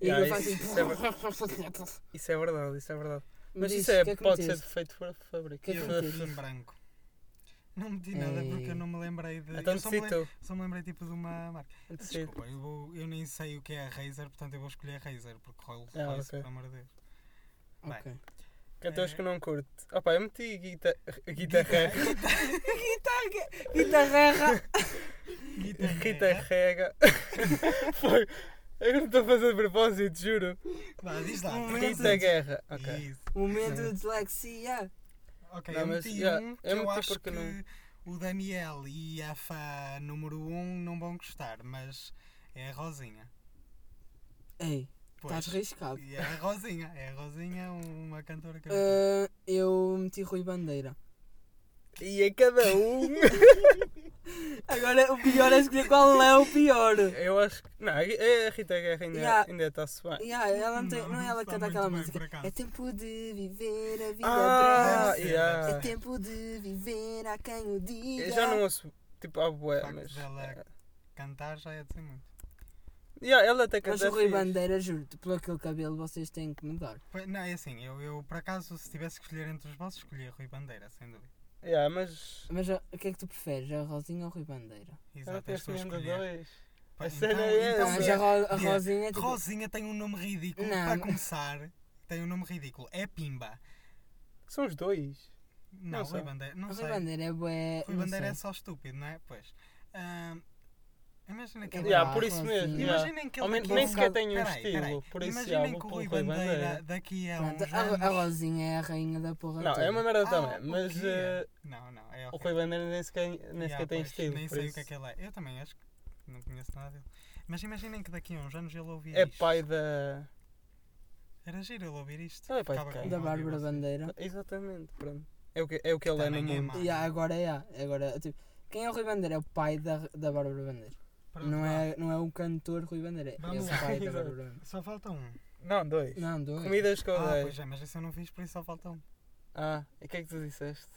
[SPEAKER 2] E
[SPEAKER 1] Yeah,
[SPEAKER 2] eu faço
[SPEAKER 1] isso- isso é
[SPEAKER 2] assim.
[SPEAKER 1] Isso é verdade, isso é verdade.
[SPEAKER 2] Me
[SPEAKER 1] Mas
[SPEAKER 2] diz,
[SPEAKER 1] isso é,
[SPEAKER 2] o que é que
[SPEAKER 1] pode ser
[SPEAKER 2] meteste?
[SPEAKER 1] feito por fábrica.
[SPEAKER 2] que é que
[SPEAKER 3] eu
[SPEAKER 2] meteste?
[SPEAKER 3] meti em branco. Não meti nada
[SPEAKER 2] Ei.
[SPEAKER 3] porque eu não me lembrei de.
[SPEAKER 1] Então
[SPEAKER 3] eu só me,
[SPEAKER 1] decidi
[SPEAKER 3] lem-
[SPEAKER 1] tu.
[SPEAKER 3] só me lembrei tipo de uma marca.
[SPEAKER 1] decidi.
[SPEAKER 3] Desculpa, eu, vou- eu nem sei o que é a Razer, portanto eu vou escolher a Razer, porque Rolls
[SPEAKER 1] Ah,
[SPEAKER 3] Royce,
[SPEAKER 1] ok.
[SPEAKER 3] pelo amor de Deus. Bem,
[SPEAKER 2] Ok.
[SPEAKER 1] Que até os
[SPEAKER 3] Eh.
[SPEAKER 1] que eu não curto. Ah pá, eu meti guita guitarra.
[SPEAKER 2] Guitarra! Guitarra!
[SPEAKER 1] Rita Rega. Foi. Eu não estou a fazer de propósito, juro.
[SPEAKER 3] Vá, diz lá.
[SPEAKER 2] Um
[SPEAKER 3] diz lá.
[SPEAKER 1] Rita Guerra. Ok.
[SPEAKER 3] Isso.
[SPEAKER 2] Momento de dislexia!
[SPEAKER 3] Ok,
[SPEAKER 1] Não,
[SPEAKER 3] eu
[SPEAKER 1] mas,
[SPEAKER 3] meti
[SPEAKER 1] yeah,
[SPEAKER 3] um que
[SPEAKER 1] eu
[SPEAKER 3] eu,
[SPEAKER 1] meti
[SPEAKER 3] acho
[SPEAKER 1] porque
[SPEAKER 3] que o Daniel e a fã número 1 um não vão gostar, mas É a Rosinha.
[SPEAKER 2] Ei, estás
[SPEAKER 1] Tá
[SPEAKER 3] Pois.
[SPEAKER 2] arriscado.
[SPEAKER 3] E é a Rosinha. É a Rosinha, uma cantora que eu
[SPEAKER 1] Eh.
[SPEAKER 3] gosto.
[SPEAKER 2] Ah, eu meti Rui Bandeira.
[SPEAKER 1] E é cada um.
[SPEAKER 2] Agora o pior é escolher qual é o pior.
[SPEAKER 1] Eu acho que. Não, a a Rita Guerra ainda
[SPEAKER 2] Yeah.
[SPEAKER 1] ainda tá está-se bem.
[SPEAKER 2] Yeah, ela não, tem,
[SPEAKER 3] Não,
[SPEAKER 2] não é ela que
[SPEAKER 3] está
[SPEAKER 2] canta
[SPEAKER 3] muito
[SPEAKER 2] aquela
[SPEAKER 3] bem,
[SPEAKER 2] música.
[SPEAKER 3] por acaso.
[SPEAKER 2] É tempo de viver a vida
[SPEAKER 1] Ah,
[SPEAKER 2] breve.
[SPEAKER 1] yeah.
[SPEAKER 2] É tempo de viver a quem o diga.
[SPEAKER 1] Eu já não ouço tipo a
[SPEAKER 3] O
[SPEAKER 1] boé,
[SPEAKER 3] facto
[SPEAKER 1] mas.
[SPEAKER 3] dela cantar já é de ser muito.
[SPEAKER 1] Yeah, ela até
[SPEAKER 2] Mas
[SPEAKER 1] canta.
[SPEAKER 2] o Rui
[SPEAKER 1] fixe.
[SPEAKER 2] Bandeira, juro-te, pelo aquele cabelo vocês têm que mudar.
[SPEAKER 3] Pois, Não, é assim, eu, eu por acaso, se tivesse que escolher entre os vossos, escolhia Rui Bandeira, sem dúvida.
[SPEAKER 1] Yeah, mas.
[SPEAKER 2] Mas ó, o que é que tu preferes, a Rosinha ou o Rui Bandeira?
[SPEAKER 1] Ela
[SPEAKER 3] Exato,
[SPEAKER 1] tem
[SPEAKER 3] és tu a
[SPEAKER 1] assim
[SPEAKER 3] escolher.
[SPEAKER 1] dois.
[SPEAKER 3] Pá,
[SPEAKER 1] A cena
[SPEAKER 3] então-
[SPEAKER 1] é
[SPEAKER 3] então
[SPEAKER 1] essa.
[SPEAKER 2] mas
[SPEAKER 3] é-
[SPEAKER 2] a, Ro- a
[SPEAKER 3] yeah.
[SPEAKER 2] Rosinha, tipo,
[SPEAKER 3] Rosinha tem um nome ridículo.
[SPEAKER 2] Não.
[SPEAKER 3] Para começar, tem um nome ridículo. É Pimba.
[SPEAKER 1] São os dois.
[SPEAKER 3] Não,
[SPEAKER 1] Não
[SPEAKER 3] Rui
[SPEAKER 1] sei.
[SPEAKER 3] Bandeira.
[SPEAKER 2] a
[SPEAKER 3] Não
[SPEAKER 2] Rui
[SPEAKER 3] sei.
[SPEAKER 2] Bandeira é bué...
[SPEAKER 3] Rui
[SPEAKER 2] não
[SPEAKER 3] Bandeira é
[SPEAKER 2] sei.
[SPEAKER 3] só estúpido, não é? Pois. Ahm, imagina que
[SPEAKER 2] É
[SPEAKER 3] ele-
[SPEAKER 1] Yeah,
[SPEAKER 2] lá,
[SPEAKER 1] por isso
[SPEAKER 2] assim.
[SPEAKER 1] mesmo. yeah.
[SPEAKER 3] Imaginem que
[SPEAKER 1] Ao
[SPEAKER 3] ele
[SPEAKER 1] menos
[SPEAKER 3] daqui
[SPEAKER 1] nem
[SPEAKER 2] um
[SPEAKER 1] sequer
[SPEAKER 2] bocado-
[SPEAKER 1] tem um
[SPEAKER 3] Peraí, peraí.
[SPEAKER 1] estilo. Por isso já
[SPEAKER 3] Imaginem
[SPEAKER 1] vou
[SPEAKER 3] que o
[SPEAKER 1] pelo
[SPEAKER 3] Rui
[SPEAKER 1] Rui
[SPEAKER 3] Bandeira,
[SPEAKER 1] Bandeira.
[SPEAKER 3] daqui a uns
[SPEAKER 2] Pronto, a, a
[SPEAKER 3] anos-
[SPEAKER 2] Rosinha é a rainha da porra
[SPEAKER 1] Não,
[SPEAKER 2] toda.
[SPEAKER 1] é uma merda
[SPEAKER 3] Ah,
[SPEAKER 1] também.
[SPEAKER 3] o
[SPEAKER 1] Mas
[SPEAKER 3] quê?
[SPEAKER 1] eh,
[SPEAKER 3] Não, não, é
[SPEAKER 1] o
[SPEAKER 3] horrível.
[SPEAKER 1] Rui Bandeira nem sequer, nem
[SPEAKER 3] Ya,
[SPEAKER 1] sequer tem
[SPEAKER 3] pois,
[SPEAKER 1] estilo.
[SPEAKER 3] Nem
[SPEAKER 1] por
[SPEAKER 3] sei
[SPEAKER 1] isso.
[SPEAKER 3] o que é que ele é. Eu também acho que não conheço nada dele. Mas imaginem que daqui a uns anos ele ouvia
[SPEAKER 1] É
[SPEAKER 3] isto.
[SPEAKER 1] pai da.
[SPEAKER 3] Era giro ele ouvir isto.
[SPEAKER 1] Ele é pai de
[SPEAKER 3] Ficava
[SPEAKER 1] quem?
[SPEAKER 3] com
[SPEAKER 2] Da
[SPEAKER 3] ódio,
[SPEAKER 2] Bárbara
[SPEAKER 3] vocês.
[SPEAKER 2] Bandeira.
[SPEAKER 1] Exatamente, pronto. É o que, é o que ele é no
[SPEAKER 3] Também é
[SPEAKER 1] mundo.
[SPEAKER 3] mau.
[SPEAKER 2] E há, agora é, há. agora, tipo, quem é o Rui Bandeira? É o pai da, da Bárbara Bandeira.
[SPEAKER 3] Pronto,
[SPEAKER 2] Não
[SPEAKER 3] vá.
[SPEAKER 2] é, não é o cantor Rui Bandeira, é
[SPEAKER 3] Vamos
[SPEAKER 2] o
[SPEAKER 3] lá.
[SPEAKER 2] pai da
[SPEAKER 1] Exato.
[SPEAKER 2] Bárbara Bandeira.
[SPEAKER 3] Só falta um.
[SPEAKER 1] Não, dois.
[SPEAKER 2] Não, dois.
[SPEAKER 1] Comidas que eu
[SPEAKER 3] Ah,
[SPEAKER 1] odeio.
[SPEAKER 3] pois é, mas esse eu não fiz, por isso só falta um.
[SPEAKER 1] Ah, e o que é que tu disseste?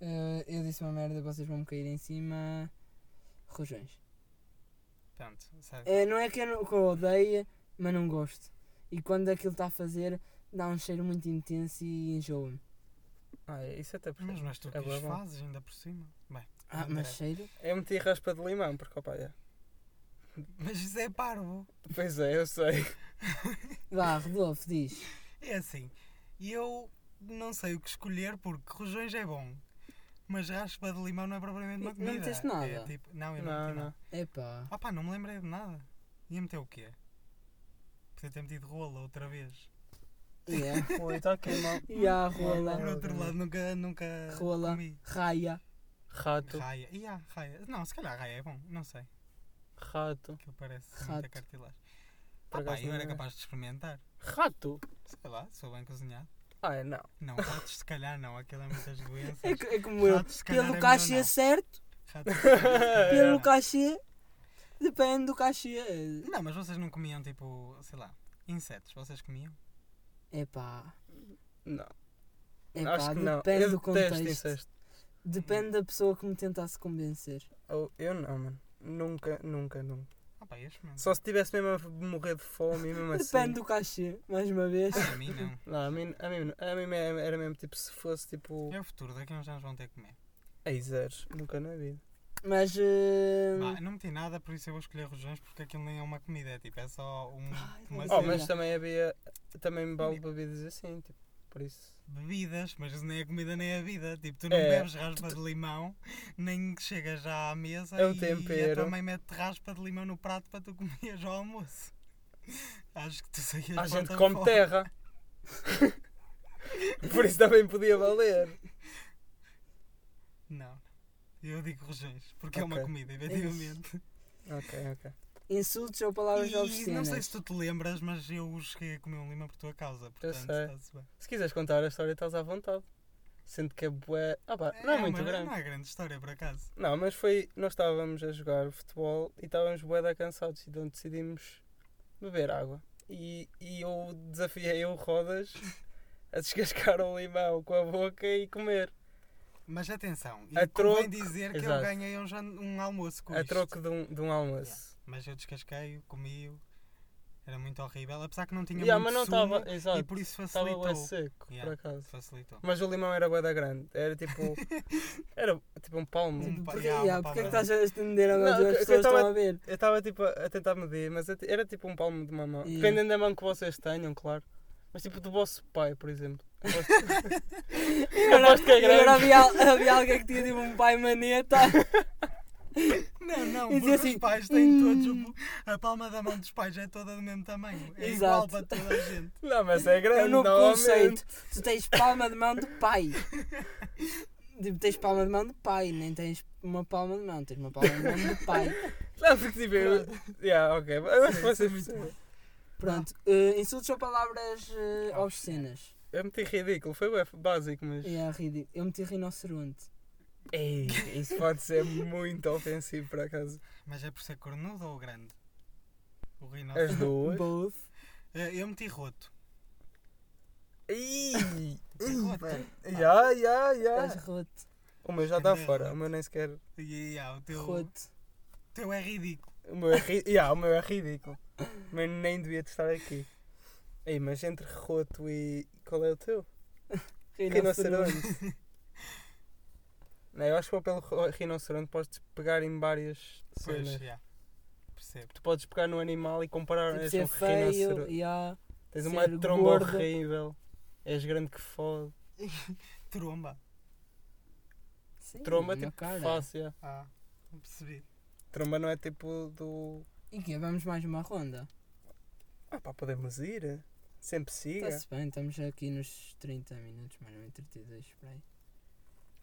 [SPEAKER 2] Eh, eu disse uma merda, vocês vão me cair em cima. Rojões.
[SPEAKER 3] Pronto, certo.
[SPEAKER 2] Eh, não é que eu, não- que eu odeie, mas não gosto. E quando aquilo está a fazer, dá um cheiro muito intenso e enjoa-me.
[SPEAKER 1] Ah, isso até
[SPEAKER 3] Mas
[SPEAKER 1] porque.
[SPEAKER 3] não és tu que
[SPEAKER 1] É
[SPEAKER 3] os
[SPEAKER 1] bom.
[SPEAKER 3] fazes, ainda por cima. Bem,
[SPEAKER 2] Ah, mas cheiro?
[SPEAKER 1] Eu meti raspa de limão, porque opa, é.
[SPEAKER 3] mas isso é parvo.
[SPEAKER 1] Pois é, eu sei.
[SPEAKER 2] Vá, Rodolfo, diz.
[SPEAKER 3] É assim, eu não sei o que escolher porque rojões é bom, mas raspa de limão não é propriamente uma
[SPEAKER 2] Não- não
[SPEAKER 3] comida.
[SPEAKER 2] meteste nada?
[SPEAKER 3] É tipo, não, eu não,
[SPEAKER 1] Não,
[SPEAKER 3] meti
[SPEAKER 1] não.
[SPEAKER 3] nada.
[SPEAKER 2] Epá.
[SPEAKER 3] Ah pá, não me lembrei de nada. Ia meter o quê? Podia ter metido rola outra vez.
[SPEAKER 2] Yeah.
[SPEAKER 1] Ui, está aqui, irmão.
[SPEAKER 2] é. e há a
[SPEAKER 3] Por
[SPEAKER 2] rola.
[SPEAKER 3] outro lado, nunca, nunca
[SPEAKER 2] Rola.
[SPEAKER 3] comi.
[SPEAKER 2] Raia.
[SPEAKER 1] Rato,
[SPEAKER 3] Raia. E há raia. Não, se calhar raia é bom, não sei.
[SPEAKER 1] rato,
[SPEAKER 3] Aquilo parece
[SPEAKER 2] Rato.
[SPEAKER 3] muita cartilagem.
[SPEAKER 1] Por
[SPEAKER 3] Ah pá,
[SPEAKER 1] acaso
[SPEAKER 3] eu
[SPEAKER 1] não
[SPEAKER 3] era
[SPEAKER 1] é.
[SPEAKER 3] capaz de experimentar.
[SPEAKER 1] rato.
[SPEAKER 3] Sei lá, sou bem cozinhado.
[SPEAKER 1] Ah, é, não.
[SPEAKER 3] Não, ratos se calhar não, aquilo é muitas doenças.
[SPEAKER 2] É, co- é como eu.
[SPEAKER 3] Ratos, se calhar, é
[SPEAKER 2] Pelo
[SPEAKER 3] melhor
[SPEAKER 2] cachê
[SPEAKER 3] não. É.
[SPEAKER 2] certo,
[SPEAKER 3] Ratos, se calhar, se calhar
[SPEAKER 2] pelo
[SPEAKER 3] não.
[SPEAKER 2] cachê. Depende do cachê.
[SPEAKER 3] Não, mas vocês não comiam tipo, sei lá, insetos, vocês comiam?
[SPEAKER 2] Epá.
[SPEAKER 1] Não.
[SPEAKER 2] Epá,
[SPEAKER 1] Acho que não.
[SPEAKER 2] depende
[SPEAKER 1] eu
[SPEAKER 2] do
[SPEAKER 1] detesto
[SPEAKER 2] contexto.
[SPEAKER 1] incesto.
[SPEAKER 2] Depende da pessoa que me tentasse convencer.
[SPEAKER 1] Eu, eu não, mano. Nunca, nunca, nunca.
[SPEAKER 3] Ah pá, este mesmo.
[SPEAKER 1] Só se tivesse mesmo a morrer de fome e mesmo assim.
[SPEAKER 2] Depende do cachê, mais uma vez.
[SPEAKER 3] Para mim não.
[SPEAKER 1] Não, a mim, a, mim, a mim era mesmo tipo se fosse tipo.
[SPEAKER 3] É o futuro, daqui a uns anos vão ter que comer.
[SPEAKER 1] Ei, zeros. Nunca na vida.
[SPEAKER 2] Mas. eh,
[SPEAKER 3] Vá, não meti nada, por isso eu vou escolher rojões porque aquilo nem é uma comida, é tipo, é só um,
[SPEAKER 2] Ai,
[SPEAKER 3] uma
[SPEAKER 2] não
[SPEAKER 1] Oh,
[SPEAKER 2] sei.
[SPEAKER 1] mas também havia. Também me vale bebidas assim, tipo. Por isso.
[SPEAKER 3] bebidas, mas isso nem é comida nem é vida. Tipo, tu não
[SPEAKER 1] É.
[SPEAKER 3] bebes raspa de limão, nem chegas já à mesa
[SPEAKER 1] É o
[SPEAKER 3] e a
[SPEAKER 1] tempero.
[SPEAKER 3] tua mãe mete raspa de limão no prato para tu comeres ao almoço. Acho que tu saías
[SPEAKER 1] A gente
[SPEAKER 3] porta
[SPEAKER 1] come
[SPEAKER 3] fora.
[SPEAKER 1] terra. Por isso também podia valer.
[SPEAKER 3] Não. Eu digo rojões, porque é uma
[SPEAKER 1] Ok.
[SPEAKER 3] comida, efetivamente.
[SPEAKER 1] Ok, ok.
[SPEAKER 2] Insultos ou palavras
[SPEAKER 3] E não
[SPEAKER 2] obscenas.
[SPEAKER 3] sei se tu te lembras, mas eu cheguei a comer um lima por tua causa, portanto
[SPEAKER 1] sei.
[SPEAKER 3] está-se bem.
[SPEAKER 1] Se quiseres contar a história, estás à vontade. Sinto que é bué. Ah, pá, não é, muito
[SPEAKER 3] uma-
[SPEAKER 1] grande.
[SPEAKER 3] Não é grande história, por acaso.
[SPEAKER 1] Não, mas foi. Nós estávamos a jogar futebol e estávamos bué da cansados, então decidimos beber água. E, e eu desafiei o Rodas a descascar o limão com a boca e comer.
[SPEAKER 3] Mas atenção, e
[SPEAKER 1] A
[SPEAKER 3] convém
[SPEAKER 1] troco-
[SPEAKER 3] dizer que eu
[SPEAKER 1] Exato.
[SPEAKER 3] ganhei um, jan- um almoço com
[SPEAKER 1] a
[SPEAKER 3] isto.
[SPEAKER 1] troco de um, de um almoço.
[SPEAKER 3] Mas eu descasquei-o, comi-o, era muito horrível, apesar que não tinha
[SPEAKER 1] Yeah, mas
[SPEAKER 3] muito
[SPEAKER 1] não
[SPEAKER 3] sumo
[SPEAKER 1] estava.
[SPEAKER 3] e
[SPEAKER 1] Exato.
[SPEAKER 3] por isso
[SPEAKER 1] Estava bué
[SPEAKER 3] facilitou.
[SPEAKER 1] seco, por
[SPEAKER 3] Yeah.
[SPEAKER 1] acaso.
[SPEAKER 3] Facilitou.
[SPEAKER 1] Mas o limão era bué da grande. Era tipo. era tipo um palmo.
[SPEAKER 3] Um
[SPEAKER 2] Tipo,
[SPEAKER 3] pa-
[SPEAKER 2] Porquê
[SPEAKER 3] yeah,
[SPEAKER 2] yeah,
[SPEAKER 3] uma
[SPEAKER 2] porquê é que
[SPEAKER 3] palavra.
[SPEAKER 2] estás a estender
[SPEAKER 1] Não,
[SPEAKER 2] agora?
[SPEAKER 1] eu-
[SPEAKER 2] As
[SPEAKER 1] eu
[SPEAKER 2] pessoas
[SPEAKER 1] tava-
[SPEAKER 2] estão a ver.
[SPEAKER 1] Eu estava tipo a tentar medir, mas eu ti- era tipo um palmo de uma mão.
[SPEAKER 2] Yeah.
[SPEAKER 1] Dependendo da mão que vocês tenham, claro. Mas tipo do vosso pai, por exemplo. Eu gosto- Eu gosto que é
[SPEAKER 2] Agora
[SPEAKER 1] grande.
[SPEAKER 2] havia, al- havia alguém que tinha tipo um pai maneta.
[SPEAKER 3] Não, não,
[SPEAKER 2] E
[SPEAKER 3] porque
[SPEAKER 2] dizer assim,
[SPEAKER 3] os pais têm todos.
[SPEAKER 2] "Hum."
[SPEAKER 3] o- A palma da mão dos pais é toda do mesmo tamanho. É
[SPEAKER 2] Exato.
[SPEAKER 3] igual para toda a gente.
[SPEAKER 1] Não, mas é grande.
[SPEAKER 2] É um novo
[SPEAKER 1] normalmente.
[SPEAKER 2] conceito. Tu tens palma de mão do pai. Tipo, tens palma de mão do pai, nem tens uma palma de mão, tens uma palma de mão do pai.
[SPEAKER 1] Não, porque tipo, eu... Yeah, ok. Eu acho que vai ser
[SPEAKER 2] Sim,
[SPEAKER 1] muito
[SPEAKER 2] sim.
[SPEAKER 1] bom.
[SPEAKER 2] Pronto, eh, insultos ou palavras eh, obscenas.
[SPEAKER 1] Eu meti ridículo, foi bué básico, mas.
[SPEAKER 2] É ridículo. Eu meti rinoceronte.
[SPEAKER 1] Ei, isso pode ser muito ofensivo por acaso.
[SPEAKER 3] Mas é por ser cornudo ou grande? O
[SPEAKER 1] As
[SPEAKER 2] É.
[SPEAKER 3] rinoceronte.
[SPEAKER 1] duas.
[SPEAKER 2] Both.
[SPEAKER 3] Eh, Eu meti roto.
[SPEAKER 1] Ih!
[SPEAKER 3] roto.
[SPEAKER 1] Ya, ya,
[SPEAKER 2] Estás
[SPEAKER 1] ya.
[SPEAKER 2] roto.
[SPEAKER 1] O meu já está fora, o meu nem sequer.
[SPEAKER 3] E, yeah, o teu, o
[SPEAKER 2] Roto.
[SPEAKER 3] teu é ridículo.
[SPEAKER 1] O meu é, ri... ya, o meu é ridículo. O meu nem devia estar aqui. Ei, mas entre roto e. Qual é o teu?
[SPEAKER 2] Tipo,
[SPEAKER 1] Rinoceronte. Não, eu acho que vou pelo ro- rinoceronte podes pegar em várias
[SPEAKER 3] Pois,
[SPEAKER 2] né?
[SPEAKER 1] cenas.
[SPEAKER 3] yeah. Percebo.
[SPEAKER 1] Tu podes pegar no animal e comparar
[SPEAKER 2] Tipo,
[SPEAKER 1] és
[SPEAKER 2] ser
[SPEAKER 1] um
[SPEAKER 2] feio.
[SPEAKER 1] rinoceronte.
[SPEAKER 2] Yeah.
[SPEAKER 1] Tens
[SPEAKER 2] ser
[SPEAKER 1] uma tromba
[SPEAKER 2] gordo.
[SPEAKER 1] horrível. És grande que fode.
[SPEAKER 3] Tromba.
[SPEAKER 2] Sim,
[SPEAKER 1] Tromba é
[SPEAKER 2] na
[SPEAKER 1] tipo
[SPEAKER 2] cara.
[SPEAKER 1] fácil. yeah.
[SPEAKER 3] Ah, não percebi.
[SPEAKER 1] Tromba não é tipo do.
[SPEAKER 2] E que vamos mais uma ronda.
[SPEAKER 1] Ah, pá, podemos ir. Sempre siga.
[SPEAKER 2] Está-se bem, estamos aqui nos 30 minutos, mais ou menos 32, por aí.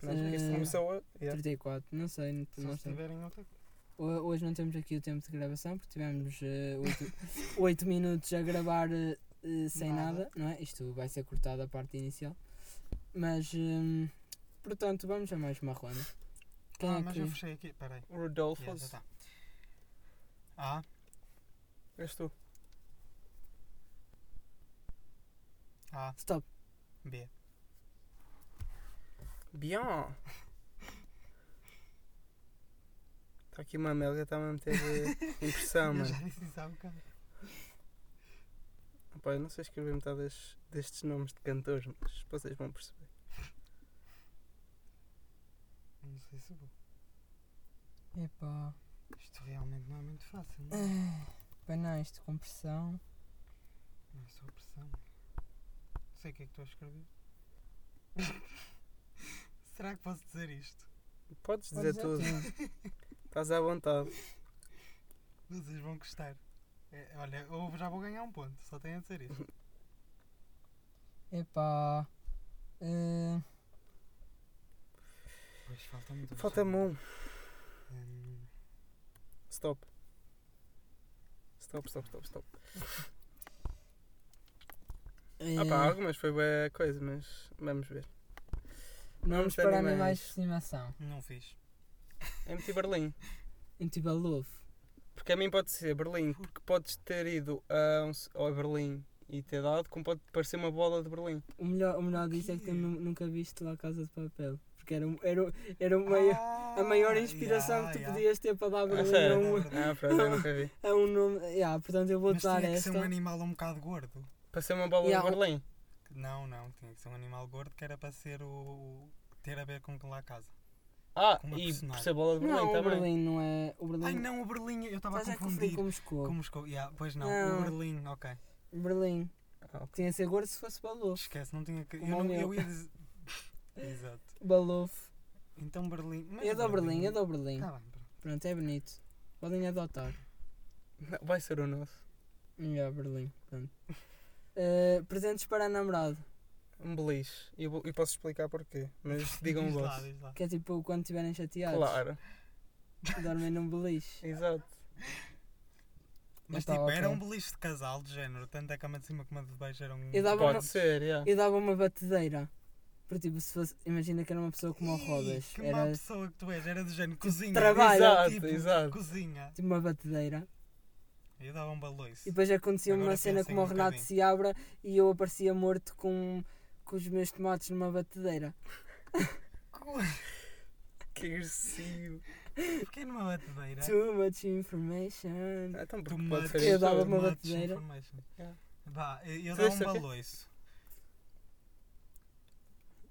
[SPEAKER 1] Nós, isto
[SPEAKER 2] Eh,
[SPEAKER 1] começou a. Yeah.
[SPEAKER 2] 34, não sei. não-
[SPEAKER 3] Se
[SPEAKER 2] nós
[SPEAKER 3] eles
[SPEAKER 2] estamos-
[SPEAKER 3] tiverem outra coisa.
[SPEAKER 2] Ho- Hoje não temos aqui o tempo de gravação porque tivemos 8 minutos a gravar eh, eh, sem nada.
[SPEAKER 3] Nada.
[SPEAKER 2] não é? Isto vai ser cortado a parte inicial. Mas, hum, portanto, vamos a mais uma ronda. Quem
[SPEAKER 3] Ah,
[SPEAKER 2] é
[SPEAKER 3] mas
[SPEAKER 2] que.
[SPEAKER 3] eu fechei aqui. Peraí.
[SPEAKER 1] Rodolfo.
[SPEAKER 3] Yeah, já tá. está. Ah,
[SPEAKER 1] És tu.
[SPEAKER 3] A,
[SPEAKER 2] Stop.
[SPEAKER 3] B.
[SPEAKER 1] Bion. Está Tá aqui uma melga, está-me a meter eh,
[SPEAKER 2] Ah,
[SPEAKER 1] impressão,
[SPEAKER 3] Eu
[SPEAKER 1] mano.
[SPEAKER 3] já disse isso há bocado.
[SPEAKER 1] Pá, eu não sei escrever metade destes, destes nomes de cantores, mas vocês vão perceber.
[SPEAKER 3] Não sei se vou.
[SPEAKER 2] Epá.
[SPEAKER 3] Isto realmente não é muito fácil. Não, é?
[SPEAKER 2] Ah, Banais de compressão.
[SPEAKER 3] não é só pressão. Não sei o que é que estou a escrever. Será que posso dizer isto?
[SPEAKER 1] Podes dizer tudo,
[SPEAKER 2] tudo.
[SPEAKER 1] estás à vontade.
[SPEAKER 3] Vocês vão gostar. É, olha, eu já vou ganhar um ponto. Só tenho a dizer isso.
[SPEAKER 2] Epá. Ah,
[SPEAKER 3] Pois falta-me dois.
[SPEAKER 1] Falta-me um.
[SPEAKER 3] Hum,
[SPEAKER 1] Stop. Stop, stop, stop, stop. Ah pá,
[SPEAKER 2] eh,
[SPEAKER 1] algumas foi boa coisa, mas vamos ver.
[SPEAKER 2] Nomes
[SPEAKER 1] nomes de
[SPEAKER 2] para
[SPEAKER 1] animais.
[SPEAKER 2] animais de estimação.
[SPEAKER 3] não fiz.
[SPEAKER 1] MT Berlim.
[SPEAKER 2] tipo, Antibalove.
[SPEAKER 1] Porque a mim pode ser Berlim, porque podes ter ido a, um, s- a Berlim e ter dado, como pode parecer uma bola de Berlim.
[SPEAKER 2] O melhor, o melhor disso é que tu
[SPEAKER 3] quê?
[SPEAKER 2] nu- nunca viste lá a Casa de Papel. Porque era, um- era, um- era um maior-
[SPEAKER 3] Ah,
[SPEAKER 2] a maior inspiração que tu podias ter para dar
[SPEAKER 1] Ah,
[SPEAKER 2] barulho
[SPEAKER 3] é
[SPEAKER 1] sério?
[SPEAKER 2] a, um,
[SPEAKER 1] Ah, pronto, eu nunca vi.
[SPEAKER 2] a um nome. Yeah, portanto, eu vou
[SPEAKER 3] Mas
[SPEAKER 2] te dar
[SPEAKER 3] tinha que
[SPEAKER 2] é esta.
[SPEAKER 3] ser um animal um bocado gordo.
[SPEAKER 1] Para ser uma bola
[SPEAKER 2] Yeah.
[SPEAKER 1] de Berlim.
[SPEAKER 3] Não, não. Tinha que ser um animal gordo que era para ser o... Ter a ver com lá a casa.
[SPEAKER 1] Ah,
[SPEAKER 3] Com uma
[SPEAKER 1] e por
[SPEAKER 3] personagem.
[SPEAKER 1] ser bola de Berlim
[SPEAKER 2] Não, um o
[SPEAKER 1] também.
[SPEAKER 2] Berlim não é. O Berlim.
[SPEAKER 3] Ai não, o Berlim. Eu estava a
[SPEAKER 2] Estás a confundir
[SPEAKER 3] confundir.
[SPEAKER 2] com Moscou.
[SPEAKER 3] Com Moscou. Yeah, pois não,
[SPEAKER 2] Não.
[SPEAKER 3] o Berlim, ok.
[SPEAKER 2] Berlim.
[SPEAKER 1] Ah, ok.
[SPEAKER 2] Tinha que ser gordo se fosse Baluf.
[SPEAKER 3] Esquece, não tinha que. Eu,
[SPEAKER 2] Como o
[SPEAKER 3] não,
[SPEAKER 2] meu.
[SPEAKER 3] eu ia dizer. Exato.
[SPEAKER 2] Baluf.
[SPEAKER 3] Então Berlim. Mas
[SPEAKER 2] Eu dou Berlim, eu dou Berlim.
[SPEAKER 3] Tá bem, pronto.
[SPEAKER 2] Pronto, é bonito. Podem adotar.
[SPEAKER 1] Não, vai ser o nosso.
[SPEAKER 2] Melhor Berlim. Pronto. Eh, presentes para namorado.
[SPEAKER 1] Um beliche. E eu, vou- eu posso explicar porquê, mas digam
[SPEAKER 3] diz
[SPEAKER 1] vos.
[SPEAKER 3] lá, diz lá.
[SPEAKER 2] Que é tipo quando estiverem chateados.
[SPEAKER 1] Claro,
[SPEAKER 2] Dormem num beliche.
[SPEAKER 1] exato.
[SPEAKER 3] Mas
[SPEAKER 2] Então,
[SPEAKER 3] tipo,
[SPEAKER 2] ok.
[SPEAKER 3] era um beliche de casal de género, tanto a cama de cima como a de baixo um eram.
[SPEAKER 2] Eu dava uma-
[SPEAKER 1] Pode ser, yeah.
[SPEAKER 2] Eu dava uma batedeira. Porque, tipo, se fosse. Imagina que era uma pessoa como o
[SPEAKER 3] Ih,
[SPEAKER 2] Rodas.
[SPEAKER 3] Que má
[SPEAKER 2] Era
[SPEAKER 3] pessoa que tu és, era do género cozinha.
[SPEAKER 2] trabalha,
[SPEAKER 1] Exato,
[SPEAKER 3] tipo,
[SPEAKER 1] exato.
[SPEAKER 3] Cozinha.
[SPEAKER 2] tipo uma batedeira.
[SPEAKER 3] Eu dava um baloiço.
[SPEAKER 2] E depois acontecia
[SPEAKER 3] Agora
[SPEAKER 2] uma cena
[SPEAKER 3] pensem
[SPEAKER 2] como o
[SPEAKER 3] um
[SPEAKER 2] Renato
[SPEAKER 3] bocadinho.
[SPEAKER 2] se abra e eu aparecia morto com, com os meus tomates numa batedeira.
[SPEAKER 1] Que agressivo.
[SPEAKER 3] Porquê numa batedeira?
[SPEAKER 2] Too much information.
[SPEAKER 1] Ah, então,
[SPEAKER 3] Tu
[SPEAKER 1] porque pode
[SPEAKER 3] mates-
[SPEAKER 1] ser
[SPEAKER 2] Eu
[SPEAKER 1] isso.
[SPEAKER 2] dava
[SPEAKER 3] tu
[SPEAKER 2] uma
[SPEAKER 3] mates
[SPEAKER 2] batedeira.
[SPEAKER 3] information.
[SPEAKER 1] Yeah.
[SPEAKER 3] Vá, eu, eu
[SPEAKER 1] Tu
[SPEAKER 3] dava um
[SPEAKER 1] deste o quê?
[SPEAKER 3] baloiço.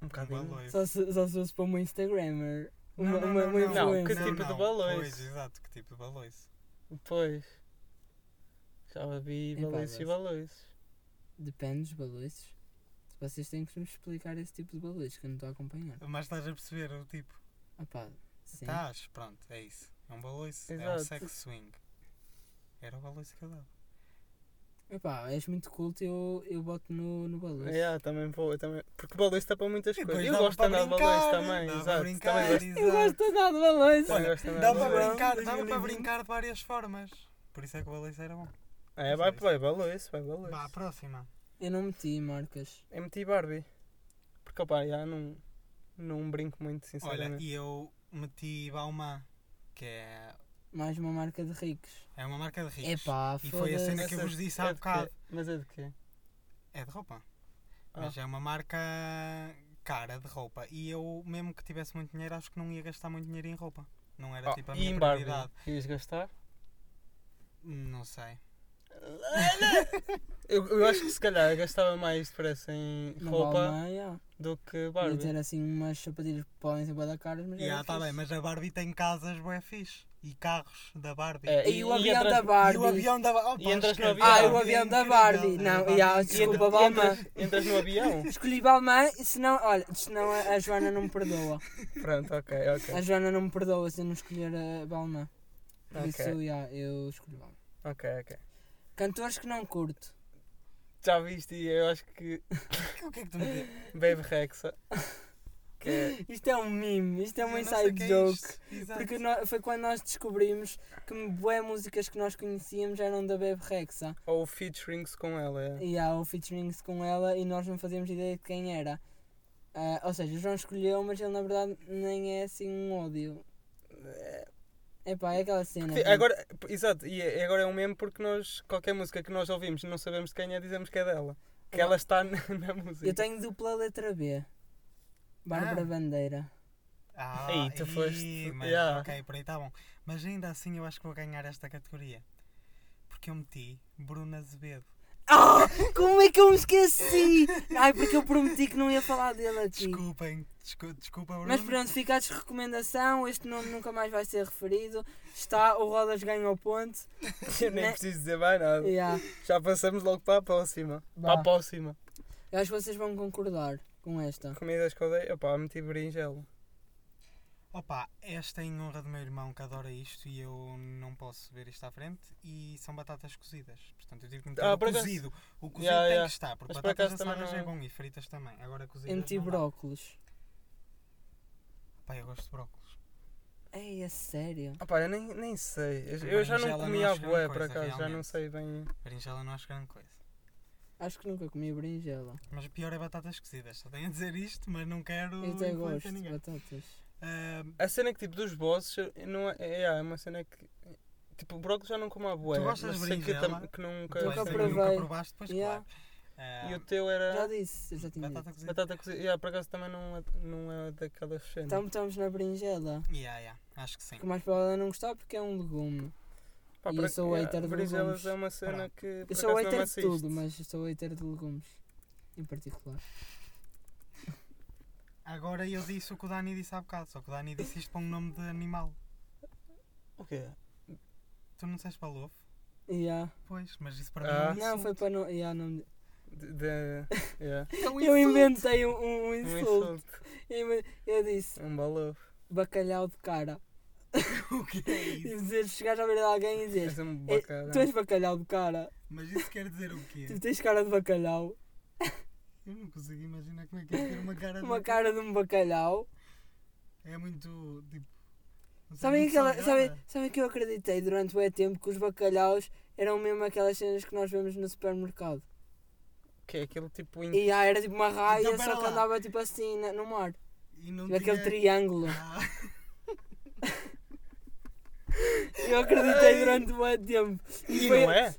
[SPEAKER 1] Um
[SPEAKER 3] Um
[SPEAKER 1] bocadinho.
[SPEAKER 3] baloiço.
[SPEAKER 2] Só se, só se fosse para uma Instagrammer. Uma,
[SPEAKER 3] Não, não,
[SPEAKER 2] uma,
[SPEAKER 3] não,
[SPEAKER 2] uma
[SPEAKER 3] não.
[SPEAKER 1] Não, que
[SPEAKER 2] influencer.
[SPEAKER 1] tipo de
[SPEAKER 3] não.
[SPEAKER 1] baloiço?
[SPEAKER 3] Pois, exato, que tipo de baloiço?
[SPEAKER 1] Pois. Já vi
[SPEAKER 2] Epá,
[SPEAKER 1] balões e
[SPEAKER 2] mas-
[SPEAKER 1] balões.
[SPEAKER 2] Depende dos baluços. Vocês têm que me explicar esse tipo de baluços que eu não estou a acompanhar.
[SPEAKER 3] Mas estás a perceber o tipo.
[SPEAKER 2] Ah pá, sim.
[SPEAKER 3] Estás, pronto, é isso. É um baloiço. É um
[SPEAKER 1] Exato.
[SPEAKER 3] sex swing. Era o baloiço que eu dava.
[SPEAKER 2] Epá, és muito culto eu, eu boto no, no balanço.
[SPEAKER 3] É,
[SPEAKER 1] Yeah, também vou, eu também... Porque balões está para muitas
[SPEAKER 3] E
[SPEAKER 1] coisas.
[SPEAKER 3] depois
[SPEAKER 1] Eu
[SPEAKER 3] dava
[SPEAKER 1] gosto de andar
[SPEAKER 3] para
[SPEAKER 1] de
[SPEAKER 3] brincar,
[SPEAKER 1] balões também,
[SPEAKER 3] dava
[SPEAKER 1] exato.
[SPEAKER 3] para
[SPEAKER 1] Também
[SPEAKER 3] brincar,
[SPEAKER 1] gosto,
[SPEAKER 2] Eu
[SPEAKER 3] exato.
[SPEAKER 2] gosto de andar de balanço.
[SPEAKER 1] também gosto de andar
[SPEAKER 3] Dá
[SPEAKER 1] de
[SPEAKER 3] para
[SPEAKER 1] balões.
[SPEAKER 3] brincar,
[SPEAKER 2] Diga,
[SPEAKER 3] dava para
[SPEAKER 2] diga.
[SPEAKER 3] brincar de várias formas. Por isso é que o balanço era bom.
[SPEAKER 1] É, vai, vai, balões, vai, balões.
[SPEAKER 3] Vá, à próxima.
[SPEAKER 2] Eu não meti marcas.
[SPEAKER 1] Eu meti É Barbie. Porque, opá, já não, não brinco muito,
[SPEAKER 3] Olha,
[SPEAKER 1] sinceramente.
[SPEAKER 3] e eu meti Bauma, que é,
[SPEAKER 2] Mais uma marca de ricos.
[SPEAKER 3] é uma marca de ricos.
[SPEAKER 2] Epá,
[SPEAKER 3] E foi a cena
[SPEAKER 2] foda-se.
[SPEAKER 3] que eu vos disse
[SPEAKER 1] é
[SPEAKER 3] há
[SPEAKER 1] de quê?
[SPEAKER 3] bocado.
[SPEAKER 1] Mas é de quê?
[SPEAKER 3] É de roupa.
[SPEAKER 1] Ah.
[SPEAKER 3] Mas é uma marca cara de roupa. E eu, mesmo que tivesse muito dinheiro, acho que não ia gastar muito dinheiro em roupa. Não era
[SPEAKER 1] Ah,
[SPEAKER 3] tipo a
[SPEAKER 1] e
[SPEAKER 3] minha
[SPEAKER 1] em Barbie?
[SPEAKER 3] prioridade.
[SPEAKER 1] Ias gastar?
[SPEAKER 3] Não sei.
[SPEAKER 1] Eu, eu acho que se calhar gastava mais depressa em
[SPEAKER 2] Não
[SPEAKER 1] roupa
[SPEAKER 2] vale, yeah.
[SPEAKER 1] do que
[SPEAKER 2] Podia
[SPEAKER 1] Barbie.
[SPEAKER 2] ter assim umas sapatilhas que podem ser bué da caras, mas.
[SPEAKER 3] Yeah,
[SPEAKER 2] era
[SPEAKER 3] tá
[SPEAKER 2] fixe.
[SPEAKER 3] bem, mas a Barbie tem casas bué fixe. E carros da Barbie.
[SPEAKER 1] É,
[SPEAKER 2] E o
[SPEAKER 1] E
[SPEAKER 2] avião
[SPEAKER 1] entras-
[SPEAKER 2] da
[SPEAKER 3] E
[SPEAKER 2] Barbie.
[SPEAKER 3] o avião da Barbie.
[SPEAKER 1] E entras no avião.
[SPEAKER 2] Ah, e o avião da
[SPEAKER 3] um
[SPEAKER 2] Barbie. Não, e há-
[SPEAKER 1] E entra-
[SPEAKER 2] desculpa,
[SPEAKER 1] e
[SPEAKER 2] Balmain.
[SPEAKER 1] entras, entras no avião?
[SPEAKER 2] Escolhi Balmain e senão, olha, senão a, a Joana não me perdoa.
[SPEAKER 1] Pronto, ok,
[SPEAKER 2] A
[SPEAKER 1] ok.
[SPEAKER 2] Joana não me perdoa se eu não escolher a Balmain. Por
[SPEAKER 1] Ok.
[SPEAKER 2] isso, yeah, eu escolhi Balmain.
[SPEAKER 1] Ok, ok.
[SPEAKER 2] Cantores que não curto.
[SPEAKER 1] Já viste e eu acho que
[SPEAKER 3] O que é que tu me dizes?
[SPEAKER 1] Baby Rexa. Que é-
[SPEAKER 2] Isto é um meme, isto é um
[SPEAKER 3] Eu não sei o
[SPEAKER 2] inside
[SPEAKER 3] que é
[SPEAKER 2] joke.
[SPEAKER 3] isto. Exato.
[SPEAKER 2] Porque nó- foi quando nós descobrimos que boé músicas que nós conhecíamos eram da Bebe Rexa.
[SPEAKER 1] ou featurings com ela. é.
[SPEAKER 2] E há o featurings com ela e nós não fazíamos ideia de quem era. Ah, ou seja, o João escolheu, mas ele na verdade nem é assim um ódio. Epá, é aquela cena.
[SPEAKER 1] Sim,
[SPEAKER 3] Uhum.
[SPEAKER 2] pronto.
[SPEAKER 1] agora, exato, e é- agora é um meme porque nós, qualquer música que nós ouvimos e não sabemos de quem é, dizemos que é dela. Que ela está na, na música.
[SPEAKER 2] Eu tenho dupla letra B. Bárbara
[SPEAKER 3] Ah.
[SPEAKER 2] Bandeira.
[SPEAKER 3] Ah,
[SPEAKER 1] Aí, tu
[SPEAKER 3] ih,
[SPEAKER 1] foste-
[SPEAKER 3] Mas,
[SPEAKER 1] yeah.
[SPEAKER 3] Ok, por aí está bom. Mas ainda assim eu acho que vou ganhar esta categoria. Porque eu meti Bruna Azevedo.
[SPEAKER 2] Ah! Como é que eu me esqueci? Ai, porque eu prometi que não ia falar dele aqui.
[SPEAKER 3] Desculpem, descu- desculpa, Bruna.
[SPEAKER 2] Mas pronto, fica a desrecomendação. Este nome nunca mais vai ser referido. Está, o Rodas ganha o ponto.
[SPEAKER 1] Eu nem
[SPEAKER 2] né?
[SPEAKER 1] preciso dizer mais nada.
[SPEAKER 2] Yeah.
[SPEAKER 1] Já passamos logo para a próxima.
[SPEAKER 2] Vá.
[SPEAKER 1] Para a próxima.
[SPEAKER 2] Eu acho que vocês vão concordar com esta.
[SPEAKER 1] Comidas que eu dei, opá, meti berinjela.
[SPEAKER 3] Opa, esta é em honra do meu irmão que adora isto e eu não posso ver isto à frente. E são batatas cozidas. Portanto, eu tive que meter
[SPEAKER 1] Ah,
[SPEAKER 3] o
[SPEAKER 1] por acaso-
[SPEAKER 3] cozido. O cozido
[SPEAKER 1] Yeah,
[SPEAKER 3] tem
[SPEAKER 1] yeah.
[SPEAKER 3] que estar, porque
[SPEAKER 1] Mas por
[SPEAKER 3] batatas
[SPEAKER 1] acaso também
[SPEAKER 3] assadas é
[SPEAKER 1] não-
[SPEAKER 3] bom e fritas também. Agora cozidas.
[SPEAKER 2] MT
[SPEAKER 3] não dá.
[SPEAKER 2] Brócolos.
[SPEAKER 3] Pá, eu gosto de brócolis.
[SPEAKER 2] Ei, é sério?
[SPEAKER 1] Opá, eu nem, nem sei. Eu, eu já não
[SPEAKER 3] Berinjela
[SPEAKER 1] comi
[SPEAKER 3] não
[SPEAKER 1] a
[SPEAKER 3] acho grande
[SPEAKER 1] bué, por
[SPEAKER 3] coisa,
[SPEAKER 1] acaso, já não
[SPEAKER 3] realmente.
[SPEAKER 1] sei bem.
[SPEAKER 3] Berinjela não acho grande coisa.
[SPEAKER 2] Acho que nunca comi berinjela.
[SPEAKER 3] Mas o pior é batatas cozidas. Só tenho a dizer isto, mas Hum, não quero
[SPEAKER 2] Eu até
[SPEAKER 3] influenciar
[SPEAKER 2] gosto de
[SPEAKER 3] ninguém.
[SPEAKER 2] batatas.
[SPEAKER 3] Ah,
[SPEAKER 1] A cena que tipo dos bosses eu- não é, é, é uma cena que. Tipo, o brócolis já não como a bué.
[SPEAKER 3] Tu gostas
[SPEAKER 1] mas
[SPEAKER 3] de
[SPEAKER 1] sei que,
[SPEAKER 3] berinjela?
[SPEAKER 1] tam- que nunca.
[SPEAKER 3] pois,
[SPEAKER 2] Nunca
[SPEAKER 3] é que
[SPEAKER 2] provei.
[SPEAKER 3] nunca provaste, pois
[SPEAKER 2] Yeah.
[SPEAKER 3] claro. Ah,
[SPEAKER 1] E o teu era.
[SPEAKER 2] Já disse, eu já tinha dito.
[SPEAKER 3] batata cozida.
[SPEAKER 1] Batata cozida. Yeah, por acaso também não é, não é daquelas cenas.
[SPEAKER 2] Então estamos na berinjela.
[SPEAKER 3] Yeah, yeah, acho que sim.
[SPEAKER 2] Que o mais provável é não gostar porque é um legume.
[SPEAKER 1] Pá,
[SPEAKER 2] e
[SPEAKER 1] por
[SPEAKER 2] eu
[SPEAKER 1] ac-
[SPEAKER 2] sou
[SPEAKER 1] yeah,
[SPEAKER 2] hater de
[SPEAKER 1] berinjelas
[SPEAKER 2] legumes.
[SPEAKER 1] é uma cena que. por
[SPEAKER 2] Eu sou
[SPEAKER 1] acaso, é não me
[SPEAKER 2] hater de tudo,
[SPEAKER 1] assiste.
[SPEAKER 2] mas eu sou hater de legumes. Em particular.
[SPEAKER 3] Agora eu disse o que o Dani disse há bocado, só que o Dani disse isto para um nome de animal.
[SPEAKER 1] O quê?
[SPEAKER 3] Tu não disseste para lobo?
[SPEAKER 2] Yeah.
[SPEAKER 3] Pois, mas isso para
[SPEAKER 1] Ah.
[SPEAKER 3] mim é um
[SPEAKER 2] Não,
[SPEAKER 3] insulto.
[SPEAKER 2] foi para não. Yeah, não...
[SPEAKER 1] De. de- yeah.
[SPEAKER 2] Eu inventei um, um- um
[SPEAKER 1] um
[SPEAKER 2] insulto.
[SPEAKER 1] insulto.
[SPEAKER 2] Eu inve- Eu disse
[SPEAKER 1] Um balofo.
[SPEAKER 2] bacalhau de cara.
[SPEAKER 3] o que é
[SPEAKER 2] E
[SPEAKER 3] isso?
[SPEAKER 2] dizer, chegares à beira de alguém e dizer
[SPEAKER 1] És um
[SPEAKER 2] "Eh,
[SPEAKER 1] bacana.
[SPEAKER 2] Tu és bacalhau de cara.
[SPEAKER 3] Mas isso quer dizer o quê?
[SPEAKER 2] Tu tens cara de bacalhau.
[SPEAKER 3] Eu não consigo imaginar como é que é ter uma cara de...
[SPEAKER 2] Uma cara de um bacalhau.
[SPEAKER 3] É muito, tipo... não sei,
[SPEAKER 2] Sabem
[SPEAKER 3] muito
[SPEAKER 2] aquela,
[SPEAKER 3] salgada.
[SPEAKER 2] sabem, sabem que eu acreditei durante o tempo que os bacalhaus eram mesmo aquelas cenas que nós vemos no supermercado.
[SPEAKER 1] Que é aquele tipo. in-
[SPEAKER 2] E ah, era tipo uma raia,
[SPEAKER 3] Então,
[SPEAKER 2] só
[SPEAKER 3] pera
[SPEAKER 2] que
[SPEAKER 3] lá.
[SPEAKER 2] andava tipo assim na- no mar.
[SPEAKER 3] E não
[SPEAKER 2] Tipo aquele
[SPEAKER 3] tinha-
[SPEAKER 2] triângulo.
[SPEAKER 3] Ah,
[SPEAKER 2] Eu acreditei durante o tempo.
[SPEAKER 1] E
[SPEAKER 2] Foi-
[SPEAKER 1] não é?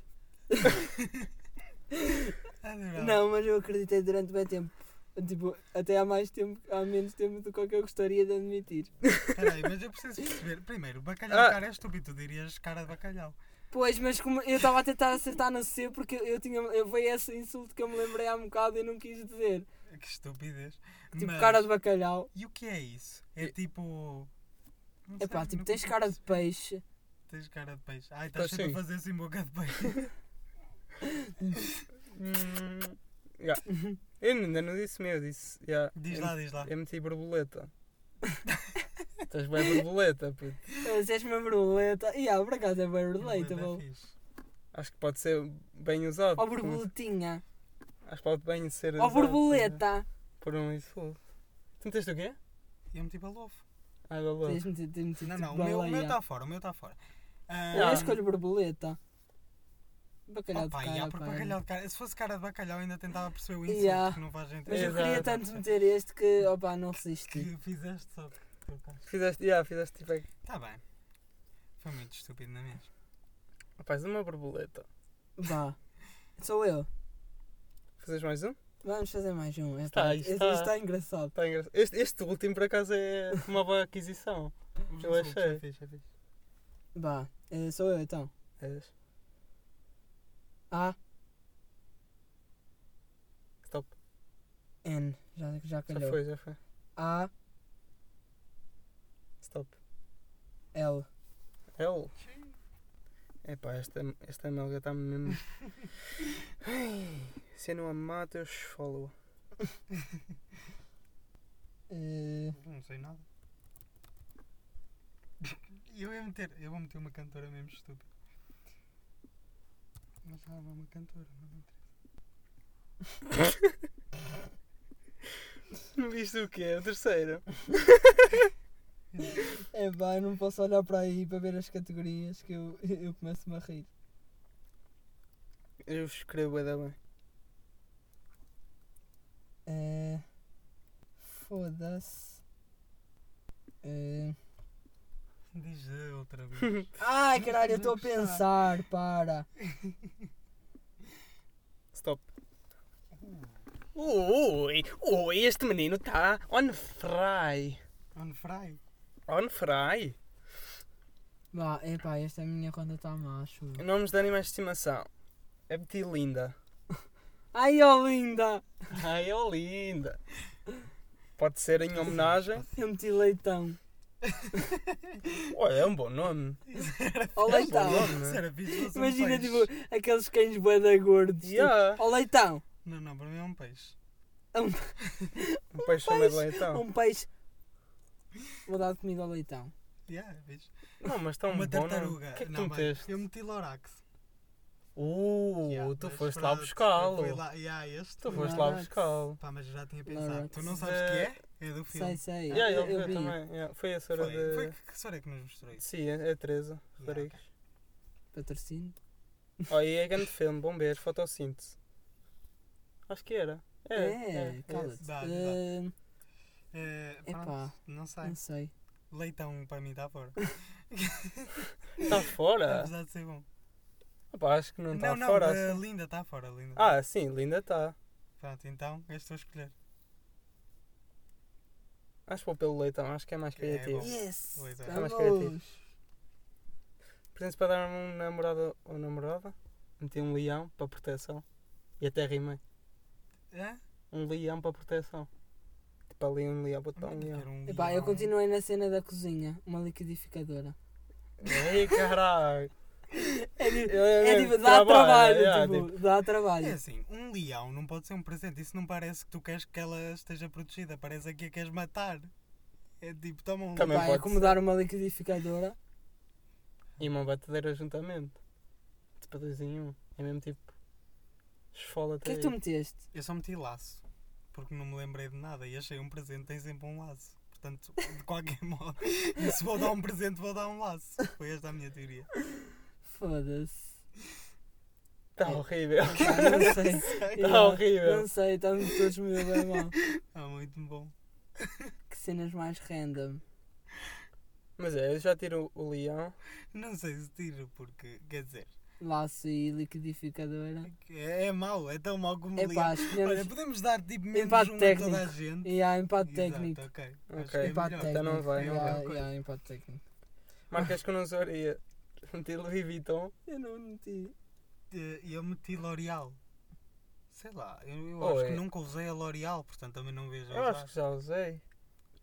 [SPEAKER 3] adorava.
[SPEAKER 2] Não, mas eu acreditei durante o tempo. Tipo, até há mais tempo, há menos tempo do que eu gostaria de admitir.
[SPEAKER 3] Peraí, mas eu preciso perceber. Primeiro, bacalhau
[SPEAKER 1] Ah.
[SPEAKER 3] de cara é estúpido, tu dirias cara de bacalhau.
[SPEAKER 2] Pois, mas como eu estava a tentar acertar no C porque eu, eu tinha. Eu, foi esse insulto que eu me lembrei há um bocado e não quis dizer.
[SPEAKER 3] Que estupidez.
[SPEAKER 2] Tipo,
[SPEAKER 3] Mas-
[SPEAKER 2] cara de bacalhau.
[SPEAKER 3] E o que é isso? É tipo. não
[SPEAKER 2] É pá,
[SPEAKER 3] sei,
[SPEAKER 2] tipo,
[SPEAKER 3] não
[SPEAKER 2] tens
[SPEAKER 3] consigo
[SPEAKER 2] cara de
[SPEAKER 3] perceber.
[SPEAKER 2] peixe.
[SPEAKER 3] Tens cara de peixe. Ai,
[SPEAKER 1] Tá
[SPEAKER 3] estás sempre
[SPEAKER 1] sim.
[SPEAKER 3] a fazer assim boca de peixe.
[SPEAKER 1] Hum, yeah. Eu ainda não disse meu, disse. Yeah.
[SPEAKER 3] Diz
[SPEAKER 1] eu,
[SPEAKER 3] lá, diz lá.
[SPEAKER 2] É
[SPEAKER 1] eu meti borboleta. Estás bem borboleta, puto.
[SPEAKER 2] Mas és uma borboleta. E ah, por acaso é bem
[SPEAKER 3] Borboleta é
[SPEAKER 2] relatable.
[SPEAKER 3] fixe.
[SPEAKER 1] Acho que pode ser bem usado.
[SPEAKER 2] Ó
[SPEAKER 1] por um-
[SPEAKER 2] borboletinha.
[SPEAKER 1] Acho que pode bem ser
[SPEAKER 2] Ó
[SPEAKER 1] usado por-
[SPEAKER 2] borboleta.
[SPEAKER 1] Por um insulto. Tu meteste o quê?
[SPEAKER 3] Eu meti balovo.
[SPEAKER 1] Ah, valeu.
[SPEAKER 2] Tens metido, tens metido
[SPEAKER 3] Não,
[SPEAKER 2] tipo
[SPEAKER 3] não, o meu- tá- o meu
[SPEAKER 2] baleia.
[SPEAKER 3] está fora, o meu está fora. Ah,
[SPEAKER 2] Eu
[SPEAKER 1] Ah.
[SPEAKER 2] escolho borboleta. Bacalhau
[SPEAKER 3] opa,
[SPEAKER 2] de cara,
[SPEAKER 3] yeah, porque
[SPEAKER 2] pá. é.
[SPEAKER 3] bacalhau de cara. Se fosse cara de bacalhau, ainda tentava perceber o insulto,
[SPEAKER 2] Yeah.
[SPEAKER 3] que não faz sentido.
[SPEAKER 2] Mas eu queria
[SPEAKER 1] Exato.
[SPEAKER 2] tanto meter este que, opa, não resisti.
[SPEAKER 3] que fizeste só. Está
[SPEAKER 1] Fizeste, yeah, fizeste tipo. aqui.
[SPEAKER 3] bem. Foi muito estúpido, não é mesmo?
[SPEAKER 1] Rapaz, uma borboleta.
[SPEAKER 2] Vá. Sou eu.
[SPEAKER 1] Fazes mais um?
[SPEAKER 2] Vamos fazer mais um. É,
[SPEAKER 1] Está,
[SPEAKER 2] pá,
[SPEAKER 1] isto
[SPEAKER 2] este-
[SPEAKER 1] está.
[SPEAKER 2] Isto está engraçado.
[SPEAKER 1] Tá engraçado. Este, este último, por acaso, é uma boa aquisição.
[SPEAKER 3] Os
[SPEAKER 1] Eu
[SPEAKER 3] insultos,
[SPEAKER 1] achei.
[SPEAKER 3] É fixe, é fixe.
[SPEAKER 2] Vá. eh, Sou eu então.
[SPEAKER 1] És.
[SPEAKER 2] A,
[SPEAKER 1] Stop.
[SPEAKER 2] N. Já, já
[SPEAKER 1] Já
[SPEAKER 2] calhou.
[SPEAKER 1] foi, já foi.
[SPEAKER 2] A,
[SPEAKER 1] Stop.
[SPEAKER 2] L.
[SPEAKER 1] L. Epá, esta, esta melga está mesmo. Ai, Se eu não a mato, eu follow.
[SPEAKER 2] eh,
[SPEAKER 3] Não sei nada. Eu ia meter, eu vou meter uma cantora mesmo estúpida. Mas ela não é uma cantora, não me interessa.
[SPEAKER 1] Não viste o quê? O terceiro?
[SPEAKER 2] É pá, eu não posso olhar para aí para ver as categorias que eu, eu começo-me a rir.
[SPEAKER 1] Eu escrevo é da bem.
[SPEAKER 2] É... Foda-se. É...
[SPEAKER 3] Diz outra vez.
[SPEAKER 2] Ai caralho, eu estou a pensar, para.
[SPEAKER 1] Stop. Ui, ui, este menino está on fry.
[SPEAKER 3] On fry.
[SPEAKER 1] On fry?
[SPEAKER 2] Vá, epá, esta é minha conta está macho.
[SPEAKER 1] Nomes de animais de estimação. É Betilinda.
[SPEAKER 2] Ai, ó linda!
[SPEAKER 1] Ai, oh linda. Pode ser em
[SPEAKER 3] É,
[SPEAKER 1] homenagem.
[SPEAKER 2] Eu meti leitão.
[SPEAKER 1] Olha, é um bom nome.
[SPEAKER 2] Ó
[SPEAKER 3] é
[SPEAKER 2] leitão!
[SPEAKER 3] Isso era fixe, se fosse um
[SPEAKER 2] Imagina,
[SPEAKER 3] peixe.
[SPEAKER 2] tipo, aqueles cães boeda gordos. tipo,
[SPEAKER 3] é
[SPEAKER 1] Yeah.
[SPEAKER 2] Ó leitão!
[SPEAKER 3] Não, não, para mim é um peixe.
[SPEAKER 1] Um peixe chamado leitão.
[SPEAKER 2] Um peixe. Vou dar de comida ao leitão.
[SPEAKER 3] Yeah, é fixe.
[SPEAKER 1] Não, mas está um
[SPEAKER 3] uma
[SPEAKER 1] bom nome.
[SPEAKER 3] tartaruga.
[SPEAKER 1] O que é que
[SPEAKER 3] não,
[SPEAKER 1] tu
[SPEAKER 3] vai.
[SPEAKER 1] meteste?
[SPEAKER 3] Eu meti Lorax.
[SPEAKER 1] Uh,
[SPEAKER 3] Yeah,
[SPEAKER 1] tu
[SPEAKER 3] mas
[SPEAKER 1] foste lá
[SPEAKER 3] pronto,
[SPEAKER 1] buscá-lo.
[SPEAKER 3] eu fui lá- yeah, este.
[SPEAKER 1] Tu foste lá
[SPEAKER 2] Lorax.
[SPEAKER 1] buscá-lo.
[SPEAKER 3] Pá, mas eu já tinha pensado.
[SPEAKER 2] Lorax.
[SPEAKER 3] Tu não sabes o que é? É
[SPEAKER 2] Sei,
[SPEAKER 3] do filme.
[SPEAKER 2] sei.
[SPEAKER 1] Yeah,
[SPEAKER 2] eu,
[SPEAKER 1] ele
[SPEAKER 2] eu
[SPEAKER 1] foi
[SPEAKER 2] vi.
[SPEAKER 1] também. yeah, Foi a senhora
[SPEAKER 3] Foi,
[SPEAKER 1] de.
[SPEAKER 3] foi que, que senhora é que nos mostrou isso?
[SPEAKER 1] Sim, é, é a Teresa
[SPEAKER 3] Yeah,
[SPEAKER 1] Rodrigues.
[SPEAKER 2] Patrocínio.
[SPEAKER 1] Oh, e é grande filme, bombeiros, fotossíntese. Acho que era. É,
[SPEAKER 2] É,
[SPEAKER 1] é,
[SPEAKER 2] cala-te.
[SPEAKER 1] esse.
[SPEAKER 3] Dá, dá.
[SPEAKER 2] Ahn,
[SPEAKER 3] Eh,
[SPEAKER 2] Epá.
[SPEAKER 3] pronto, não sei.
[SPEAKER 2] não sei.
[SPEAKER 3] Leitão para mim está fora.
[SPEAKER 1] Está Tá fora?
[SPEAKER 3] Apesar de ser bom.
[SPEAKER 1] Opa, acho que Ah. não está
[SPEAKER 3] Não, não,
[SPEAKER 1] fora.
[SPEAKER 3] eh,
[SPEAKER 1] assim.
[SPEAKER 3] linda está fora, linda.
[SPEAKER 1] Ah, sim, linda está.
[SPEAKER 3] Pronto, então eu estou a escolher.
[SPEAKER 1] Acho que vou pelo leitão, acho que é mais
[SPEAKER 3] É, é
[SPEAKER 1] criativo.
[SPEAKER 3] bom.
[SPEAKER 2] Yes!
[SPEAKER 3] Pois é.
[SPEAKER 1] É mais
[SPEAKER 2] Vamos!
[SPEAKER 1] Presentes para dar um namorado ou namorada. Meti um leão para proteção. E até rimei.
[SPEAKER 3] Hã?
[SPEAKER 1] Um leão para proteção. Tipo ali um leão, vou-te dar um leão.
[SPEAKER 3] Quero um
[SPEAKER 2] Epá, eu
[SPEAKER 3] leão.
[SPEAKER 2] continuei na cena da cozinha, uma liquidificadora.
[SPEAKER 1] Ei, caralho!
[SPEAKER 2] É tipo,
[SPEAKER 1] É,
[SPEAKER 2] é tipo, dá trabalho, tipo, dá trabalho.
[SPEAKER 3] É assim, um leão não pode ser um presente. Isso não parece que tu queres que ela esteja protegida. Parece aqui a queres matar. É tipo, toma um
[SPEAKER 1] Também
[SPEAKER 2] Pá, é
[SPEAKER 1] pode
[SPEAKER 2] como
[SPEAKER 1] ser.
[SPEAKER 2] dar uma liquidificadora.
[SPEAKER 1] E uma batedeira juntamente. Tipo dois em um. É mesmo tipo. Esfola
[SPEAKER 2] O que é que tu meteste?
[SPEAKER 3] Eu só meti laço, porque não me lembrei de nada e achei um presente tem sempre um laço. Portanto, de qualquer modo, e se vou dar um presente, vou dar um laço. Foi esta a minha teoria.
[SPEAKER 2] Foda-se.
[SPEAKER 1] Está Tá
[SPEAKER 2] É.
[SPEAKER 1] horrível.
[SPEAKER 2] Pá, Não sei.
[SPEAKER 1] Está
[SPEAKER 2] Yeah,
[SPEAKER 1] horrível.
[SPEAKER 2] Não sei, estamos todos meio bem mal.
[SPEAKER 3] Ah, muito bom.
[SPEAKER 2] Que cenas mais random.
[SPEAKER 1] Mas é, eu já tiro o leão.
[SPEAKER 3] Não sei se tiro, porque, quer dizer,
[SPEAKER 2] Laço e liquidificadora.
[SPEAKER 3] é, é mau, é tão mau como
[SPEAKER 2] Epá,
[SPEAKER 3] leão. Olha,
[SPEAKER 2] escolhemos.
[SPEAKER 3] podemos dar tipo menos
[SPEAKER 2] Empate
[SPEAKER 3] um a toda a
[SPEAKER 2] técnico.
[SPEAKER 3] gente.
[SPEAKER 2] E há empate
[SPEAKER 3] Exato,
[SPEAKER 2] técnico.
[SPEAKER 3] ok. Acho
[SPEAKER 1] Ok.
[SPEAKER 3] que é
[SPEAKER 2] Empate
[SPEAKER 3] melhor.
[SPEAKER 2] técnico.
[SPEAKER 1] então não vai,
[SPEAKER 3] não
[SPEAKER 2] Yeah,
[SPEAKER 3] vai.
[SPEAKER 2] yeah, empate técnico.
[SPEAKER 1] Marcas que eu não usaria. Meti Louis Vuitton.
[SPEAKER 2] Eu não meti.
[SPEAKER 3] Eh, Eu meti L'Oreal. Sei lá, eu, eu
[SPEAKER 1] Oh,
[SPEAKER 3] acho
[SPEAKER 1] é.
[SPEAKER 3] que nunca usei a L'Oreal, portanto também não vejo a
[SPEAKER 1] Eu acho
[SPEAKER 3] usar.
[SPEAKER 1] que já usei.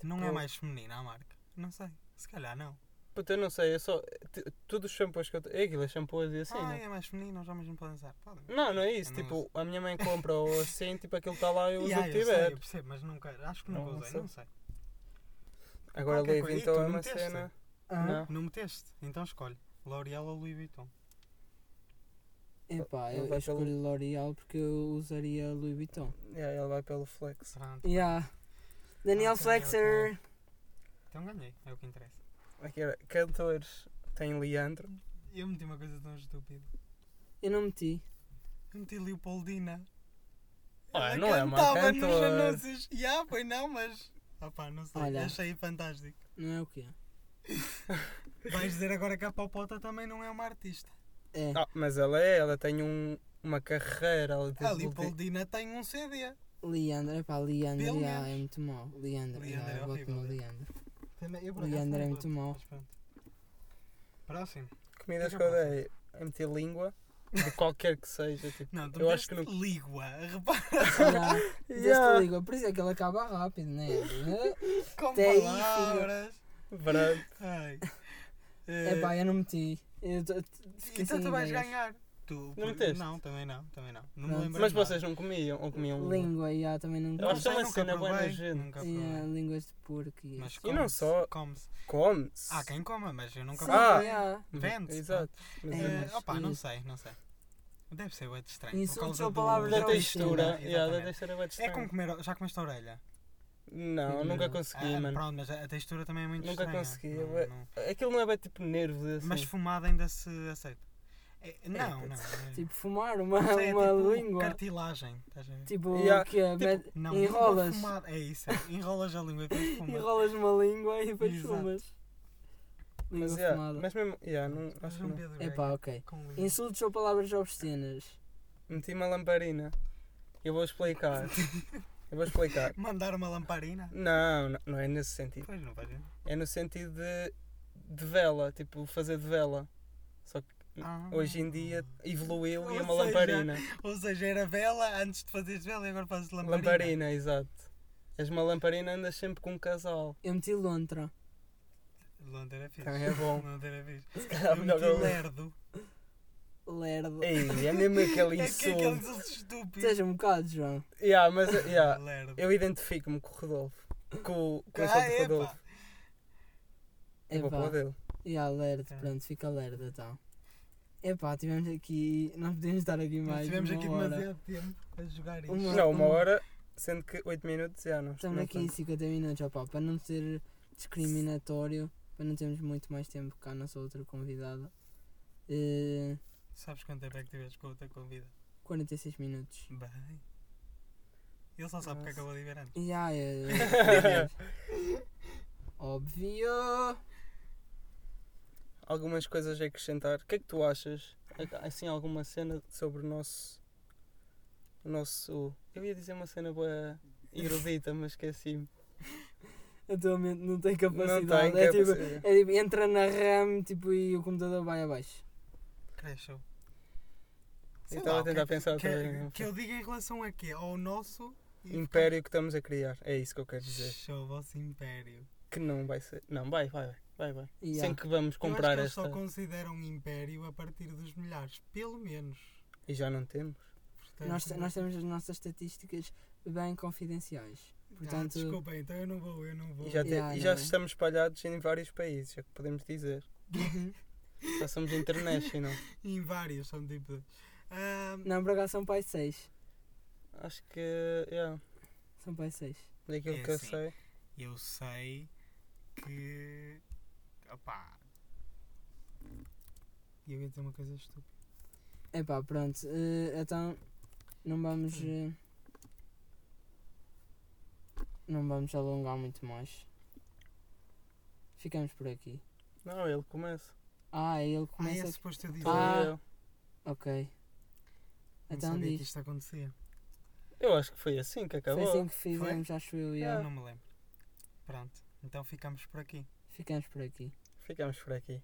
[SPEAKER 3] Não é
[SPEAKER 1] eu-
[SPEAKER 3] mais feminina a marca. Não sei, se calhar não.
[SPEAKER 1] Puta, eu não sei, eu só. t- Todos os shampoos que eu tenho. É aquilo, é shampoos e assim,
[SPEAKER 3] ah,
[SPEAKER 1] né?
[SPEAKER 3] é mais feminino, os homens não podem usar. Podem.
[SPEAKER 1] Não, não é isso.
[SPEAKER 3] Eu não
[SPEAKER 1] Tipo, a minha mãe compra ou assim, tipo, aquilo está lá, eu uso
[SPEAKER 3] Yeah,
[SPEAKER 1] o
[SPEAKER 3] eu
[SPEAKER 1] que
[SPEAKER 3] sei,
[SPEAKER 1] tiver.
[SPEAKER 3] eu percebo, mas nunca, acho que
[SPEAKER 1] Não,
[SPEAKER 3] nunca
[SPEAKER 1] não
[SPEAKER 3] usei,
[SPEAKER 1] sei.
[SPEAKER 3] não sei.
[SPEAKER 1] Agora
[SPEAKER 3] Qualquer
[SPEAKER 1] Louis
[SPEAKER 3] coisa. E
[SPEAKER 1] Vuitton
[SPEAKER 3] tu né?
[SPEAKER 1] é uma
[SPEAKER 3] meteste?
[SPEAKER 1] cena.
[SPEAKER 2] Ah,
[SPEAKER 1] Não.
[SPEAKER 3] Não meteste? Então escolhe. L'Oreal ou Louis Vuitton?
[SPEAKER 2] Epá,
[SPEAKER 1] Ele
[SPEAKER 2] eu
[SPEAKER 1] vai
[SPEAKER 2] escolho L'Oreal porque eu usaria Louis Vuitton.
[SPEAKER 1] Yeah, ele vai pelo flex.
[SPEAKER 3] Pronto.
[SPEAKER 2] Yeah. Daniel
[SPEAKER 3] Ah,
[SPEAKER 2] Flexer.
[SPEAKER 3] Então ganhei, é o que interessa.
[SPEAKER 1] Aqui era cantores. Tem Leandro.
[SPEAKER 3] Eu meti uma coisa tão estúpida.
[SPEAKER 2] Eu não meti.
[SPEAKER 3] Eu meti Leopoldina.
[SPEAKER 1] Ah,
[SPEAKER 3] Ela
[SPEAKER 1] não é uma
[SPEAKER 3] cantava nos
[SPEAKER 1] cantora.
[SPEAKER 3] anúncios. Já, foi não, mas. Opá, não sei.
[SPEAKER 2] Olha.
[SPEAKER 3] Achei fantástico.
[SPEAKER 2] Não é o quê?
[SPEAKER 3] Vais dizer agora que a Popota também não é uma artista.
[SPEAKER 2] É.
[SPEAKER 3] Tá.
[SPEAKER 1] Ah, mas ela é, ela tem um, uma carreira. Ela
[SPEAKER 3] A
[SPEAKER 1] teve multi-
[SPEAKER 3] Leopoldina tem um CD.
[SPEAKER 2] Leandro. Epá, Leandro
[SPEAKER 3] Pelo
[SPEAKER 2] yeah,
[SPEAKER 3] menos.
[SPEAKER 2] é muito mau. Leandro.
[SPEAKER 3] Leandro
[SPEAKER 2] yeah,
[SPEAKER 3] é
[SPEAKER 2] eu voto
[SPEAKER 3] horrível,
[SPEAKER 2] no
[SPEAKER 3] é.
[SPEAKER 2] Leandro.
[SPEAKER 3] Também- eu por acaso
[SPEAKER 2] Leandro é
[SPEAKER 3] também
[SPEAKER 2] muito
[SPEAKER 3] gosto,
[SPEAKER 2] mau.
[SPEAKER 3] mas pronto. Próximo.
[SPEAKER 1] Comidas
[SPEAKER 3] Diga
[SPEAKER 1] que eu
[SPEAKER 3] lá.
[SPEAKER 1] dei. Eu meti língua. De qualquer que seja. Tipo,
[SPEAKER 3] Não, tu
[SPEAKER 1] eu acho que não.
[SPEAKER 3] meteste Lígua. Repara
[SPEAKER 2] Yeah.
[SPEAKER 1] Yeah.
[SPEAKER 2] Deste língua. Por isso é que ele acaba rápido, não é?
[SPEAKER 3] com
[SPEAKER 2] Até aí,
[SPEAKER 3] palavras.
[SPEAKER 1] Pronto.
[SPEAKER 3] Ai. Eh,
[SPEAKER 2] Epá, É eu não meti. Eu tô- fiquei
[SPEAKER 3] então
[SPEAKER 2] sem
[SPEAKER 3] tu vais
[SPEAKER 2] ideias.
[SPEAKER 3] ganhar. Tu,
[SPEAKER 1] Não meteste?
[SPEAKER 3] Não, também não, também não. Não me
[SPEAKER 2] Pronto.
[SPEAKER 3] lembro.
[SPEAKER 1] Mas
[SPEAKER 3] de nada.
[SPEAKER 1] vocês não comiam? Ou comiam
[SPEAKER 3] um.
[SPEAKER 1] língua?
[SPEAKER 2] Língua, yeah, também não
[SPEAKER 1] Eu acho que é
[SPEAKER 3] sei,
[SPEAKER 1] uma
[SPEAKER 3] nunca
[SPEAKER 1] cena bué
[SPEAKER 3] provei,
[SPEAKER 1] nojenta.
[SPEAKER 3] nunca provei.
[SPEAKER 2] yeah, Línguas de porco. e
[SPEAKER 3] Mas
[SPEAKER 2] isso.
[SPEAKER 1] E não
[SPEAKER 3] come-se,
[SPEAKER 1] só-
[SPEAKER 3] come-se.
[SPEAKER 1] Come-se.
[SPEAKER 3] Há Ah, quem coma, mas eu nunca
[SPEAKER 2] Sim,
[SPEAKER 1] Ah.
[SPEAKER 3] provei.
[SPEAKER 2] yeah.
[SPEAKER 3] Vende.
[SPEAKER 1] Exato. Mas
[SPEAKER 2] É,
[SPEAKER 1] eu não-
[SPEAKER 3] Eh, opa, não
[SPEAKER 2] Isso.
[SPEAKER 3] sei, não sei. Deve ser bué de estranho. por
[SPEAKER 2] Insultos
[SPEAKER 3] causa
[SPEAKER 2] ou
[SPEAKER 3] do-
[SPEAKER 2] palavras
[SPEAKER 1] Da
[SPEAKER 2] Não,
[SPEAKER 1] textura.
[SPEAKER 2] não,
[SPEAKER 1] yeah, da
[SPEAKER 3] exatamente.
[SPEAKER 1] textura é bué de
[SPEAKER 3] É
[SPEAKER 1] estranho.
[SPEAKER 3] como comer. Já comeste a orelha?
[SPEAKER 1] Não, nunca
[SPEAKER 2] Não.
[SPEAKER 1] consegui,
[SPEAKER 3] Ah,
[SPEAKER 1] mano.
[SPEAKER 3] Pronto, mas a a textura também é muito
[SPEAKER 1] Nunca
[SPEAKER 3] estranha.
[SPEAKER 1] consegui,
[SPEAKER 3] Não-
[SPEAKER 1] bué-
[SPEAKER 3] não-
[SPEAKER 1] Aquilo não é bem tipo nervos e assim.
[SPEAKER 3] Mas fumada ainda se aceita. É, não, não. é-
[SPEAKER 2] Tipo, fumar uma,
[SPEAKER 3] Isso é
[SPEAKER 2] uma
[SPEAKER 3] tipo
[SPEAKER 2] língua.
[SPEAKER 3] Cartilagem, estás a ver?
[SPEAKER 2] Tipo,
[SPEAKER 1] Yeah,
[SPEAKER 2] que é,
[SPEAKER 1] tipo,
[SPEAKER 2] mete-
[SPEAKER 3] Não,
[SPEAKER 2] Enrolas.
[SPEAKER 3] língua fumada. É isso, é. enrolas a língua e depois fumas.
[SPEAKER 2] enrolas uma língua e depois
[SPEAKER 3] Exato. é,
[SPEAKER 2] fumas. Língua
[SPEAKER 1] Mas, yeah,
[SPEAKER 2] fumada.
[SPEAKER 1] mas mesmo. Yeah, não,
[SPEAKER 3] um
[SPEAKER 1] acho que não.
[SPEAKER 2] Epá, ok.
[SPEAKER 3] Isso.
[SPEAKER 2] Insultos ou palavras obscenas?
[SPEAKER 1] Meti uma lamparina. Eu vou explicar. Eu vou explicar.
[SPEAKER 3] Mandar uma lamparina?
[SPEAKER 1] Não, não, não é nesse sentido.
[SPEAKER 3] Pois não faz sentido.
[SPEAKER 1] É no sentido de, de vela, tipo, fazer de vela. Só que
[SPEAKER 3] Ah.
[SPEAKER 1] hoje em dia evoluiu e é
[SPEAKER 3] Ou
[SPEAKER 1] uma
[SPEAKER 3] seja,
[SPEAKER 1] lamparina.
[SPEAKER 3] Ou seja, era vela antes de fazeres vela e agora fazes lamparina.
[SPEAKER 1] Lamparina, exato. És uma lamparina andas sempre com um casal.
[SPEAKER 2] Eu meti lontra.
[SPEAKER 3] Londra era fixe.
[SPEAKER 1] Também é bom.
[SPEAKER 3] Londra era fixe.
[SPEAKER 1] Se calhar
[SPEAKER 3] Eu
[SPEAKER 1] melhor
[SPEAKER 3] meti
[SPEAKER 1] eu-
[SPEAKER 3] lerdo.
[SPEAKER 2] Lerdo.
[SPEAKER 1] Ei, é mesmo aquele
[SPEAKER 3] É que é aquele
[SPEAKER 1] insulto.
[SPEAKER 3] insulto estúpido.
[SPEAKER 2] Seja um bocado, João.
[SPEAKER 1] Yeah, mas yeah,
[SPEAKER 3] Lerdo.
[SPEAKER 1] eu identifico-me com o Rodolfo. Com, o- com o
[SPEAKER 3] Ah,
[SPEAKER 1] insulto do
[SPEAKER 3] epá.
[SPEAKER 1] Rodolfo. Eu vou É para o
[SPEAKER 2] Epá.
[SPEAKER 1] dele.
[SPEAKER 2] Yeah, lerdo.
[SPEAKER 3] É.
[SPEAKER 2] Pronto, fica lerdo então. Epá, tivemos aqui. Nós podemos estar aqui
[SPEAKER 3] Nós
[SPEAKER 2] mais.
[SPEAKER 3] tivemos
[SPEAKER 2] uma
[SPEAKER 3] aqui
[SPEAKER 2] hora.
[SPEAKER 3] demasiado tempo a jogar isto.
[SPEAKER 2] Uma-
[SPEAKER 1] Não, uma
[SPEAKER 2] uma-
[SPEAKER 1] hora, sendo que 8 minutos já não
[SPEAKER 2] Estamos
[SPEAKER 1] não
[SPEAKER 2] aqui em
[SPEAKER 1] tanto.
[SPEAKER 2] 50 minutos, opá, para não ser discriminatório, para não termos muito mais tempo cá a nossa outra convidada. Eh,
[SPEAKER 3] Sabes quanto tempo é que tiveste com outra convida?
[SPEAKER 2] 46 minutos.
[SPEAKER 3] Bem. Ele só sabe o que
[SPEAKER 1] Nossa.
[SPEAKER 3] acabou de ver antes.
[SPEAKER 2] Ya, eh, Óbvio!
[SPEAKER 1] Algumas coisas a acrescentar. O que é que tu achas? Assim, alguma cena sobre o nosso. O nosso. Eu ia dizer uma cena boa erudita, mas esqueci-me.
[SPEAKER 2] Atualmente não tem
[SPEAKER 1] Não
[SPEAKER 2] capacidade.
[SPEAKER 1] tem
[SPEAKER 2] é, tipo,
[SPEAKER 1] capacidade.
[SPEAKER 2] é tipo, entra na RAM tipo, e o computador vai abaixo.
[SPEAKER 3] Cresceu.
[SPEAKER 1] Eu estava a tentar pensar
[SPEAKER 3] que, é
[SPEAKER 1] outra vez, não
[SPEAKER 3] que, que eu diga em relação a quê? Ao nosso e-
[SPEAKER 1] Império que estamos a criar. É isso que eu quero dizer.
[SPEAKER 3] Shhh, Ao vosso império.
[SPEAKER 1] Que não vai ser. Não, vai, vai, vai, vai. vai.
[SPEAKER 2] Ya.
[SPEAKER 1] Sem que vamos
[SPEAKER 3] eu acho
[SPEAKER 1] comprar
[SPEAKER 3] que eles
[SPEAKER 1] esta.
[SPEAKER 3] só consideram um império a partir dos milhares, pelo menos.
[SPEAKER 1] E já não temos.
[SPEAKER 3] Portanto,
[SPEAKER 2] Nós, nós temos as nossas estatísticas bem confidenciais.
[SPEAKER 3] ah,
[SPEAKER 2] portanto-
[SPEAKER 3] desculpem, então eu não vou, eu não vou.
[SPEAKER 1] E já, te-
[SPEAKER 2] Yeah,
[SPEAKER 1] e já
[SPEAKER 2] não é?
[SPEAKER 1] estamos espalhados em vários países, é o que podemos dizer. Já somos international.
[SPEAKER 3] Em vários, são tipo. de- Ahm,
[SPEAKER 2] Não, para cá são pai 6.
[SPEAKER 1] Acho que. Yeah,
[SPEAKER 2] São pai 6.
[SPEAKER 1] daquilo
[SPEAKER 3] É
[SPEAKER 1] que eu
[SPEAKER 3] assim.
[SPEAKER 1] sei.
[SPEAKER 3] eu sei que. Opá. Eu ia dizer uma coisa estúpida.
[SPEAKER 2] Epá, pronto. eh, então, não vamos. eh, não vamos alongar muito mais. Ficamos por aqui.
[SPEAKER 1] Não, ele começa.
[SPEAKER 2] Ah, é ele que
[SPEAKER 3] Ah, é
[SPEAKER 2] começa.
[SPEAKER 3] suposto eu dizer.
[SPEAKER 1] Sou
[SPEAKER 2] Ah,
[SPEAKER 1] eu.
[SPEAKER 2] ok.
[SPEAKER 3] não
[SPEAKER 2] Então
[SPEAKER 3] sabia que
[SPEAKER 2] diz.
[SPEAKER 3] isto acontecia.
[SPEAKER 1] Eu acho que foi assim que
[SPEAKER 2] Foi
[SPEAKER 1] acabou.
[SPEAKER 2] assim que fizemos, acho eu.
[SPEAKER 3] Eu
[SPEAKER 2] Yeah.
[SPEAKER 3] não me lembro. Pronto, então ficamos por aqui.
[SPEAKER 2] Ficamos por aqui.
[SPEAKER 1] Ficamos por aqui.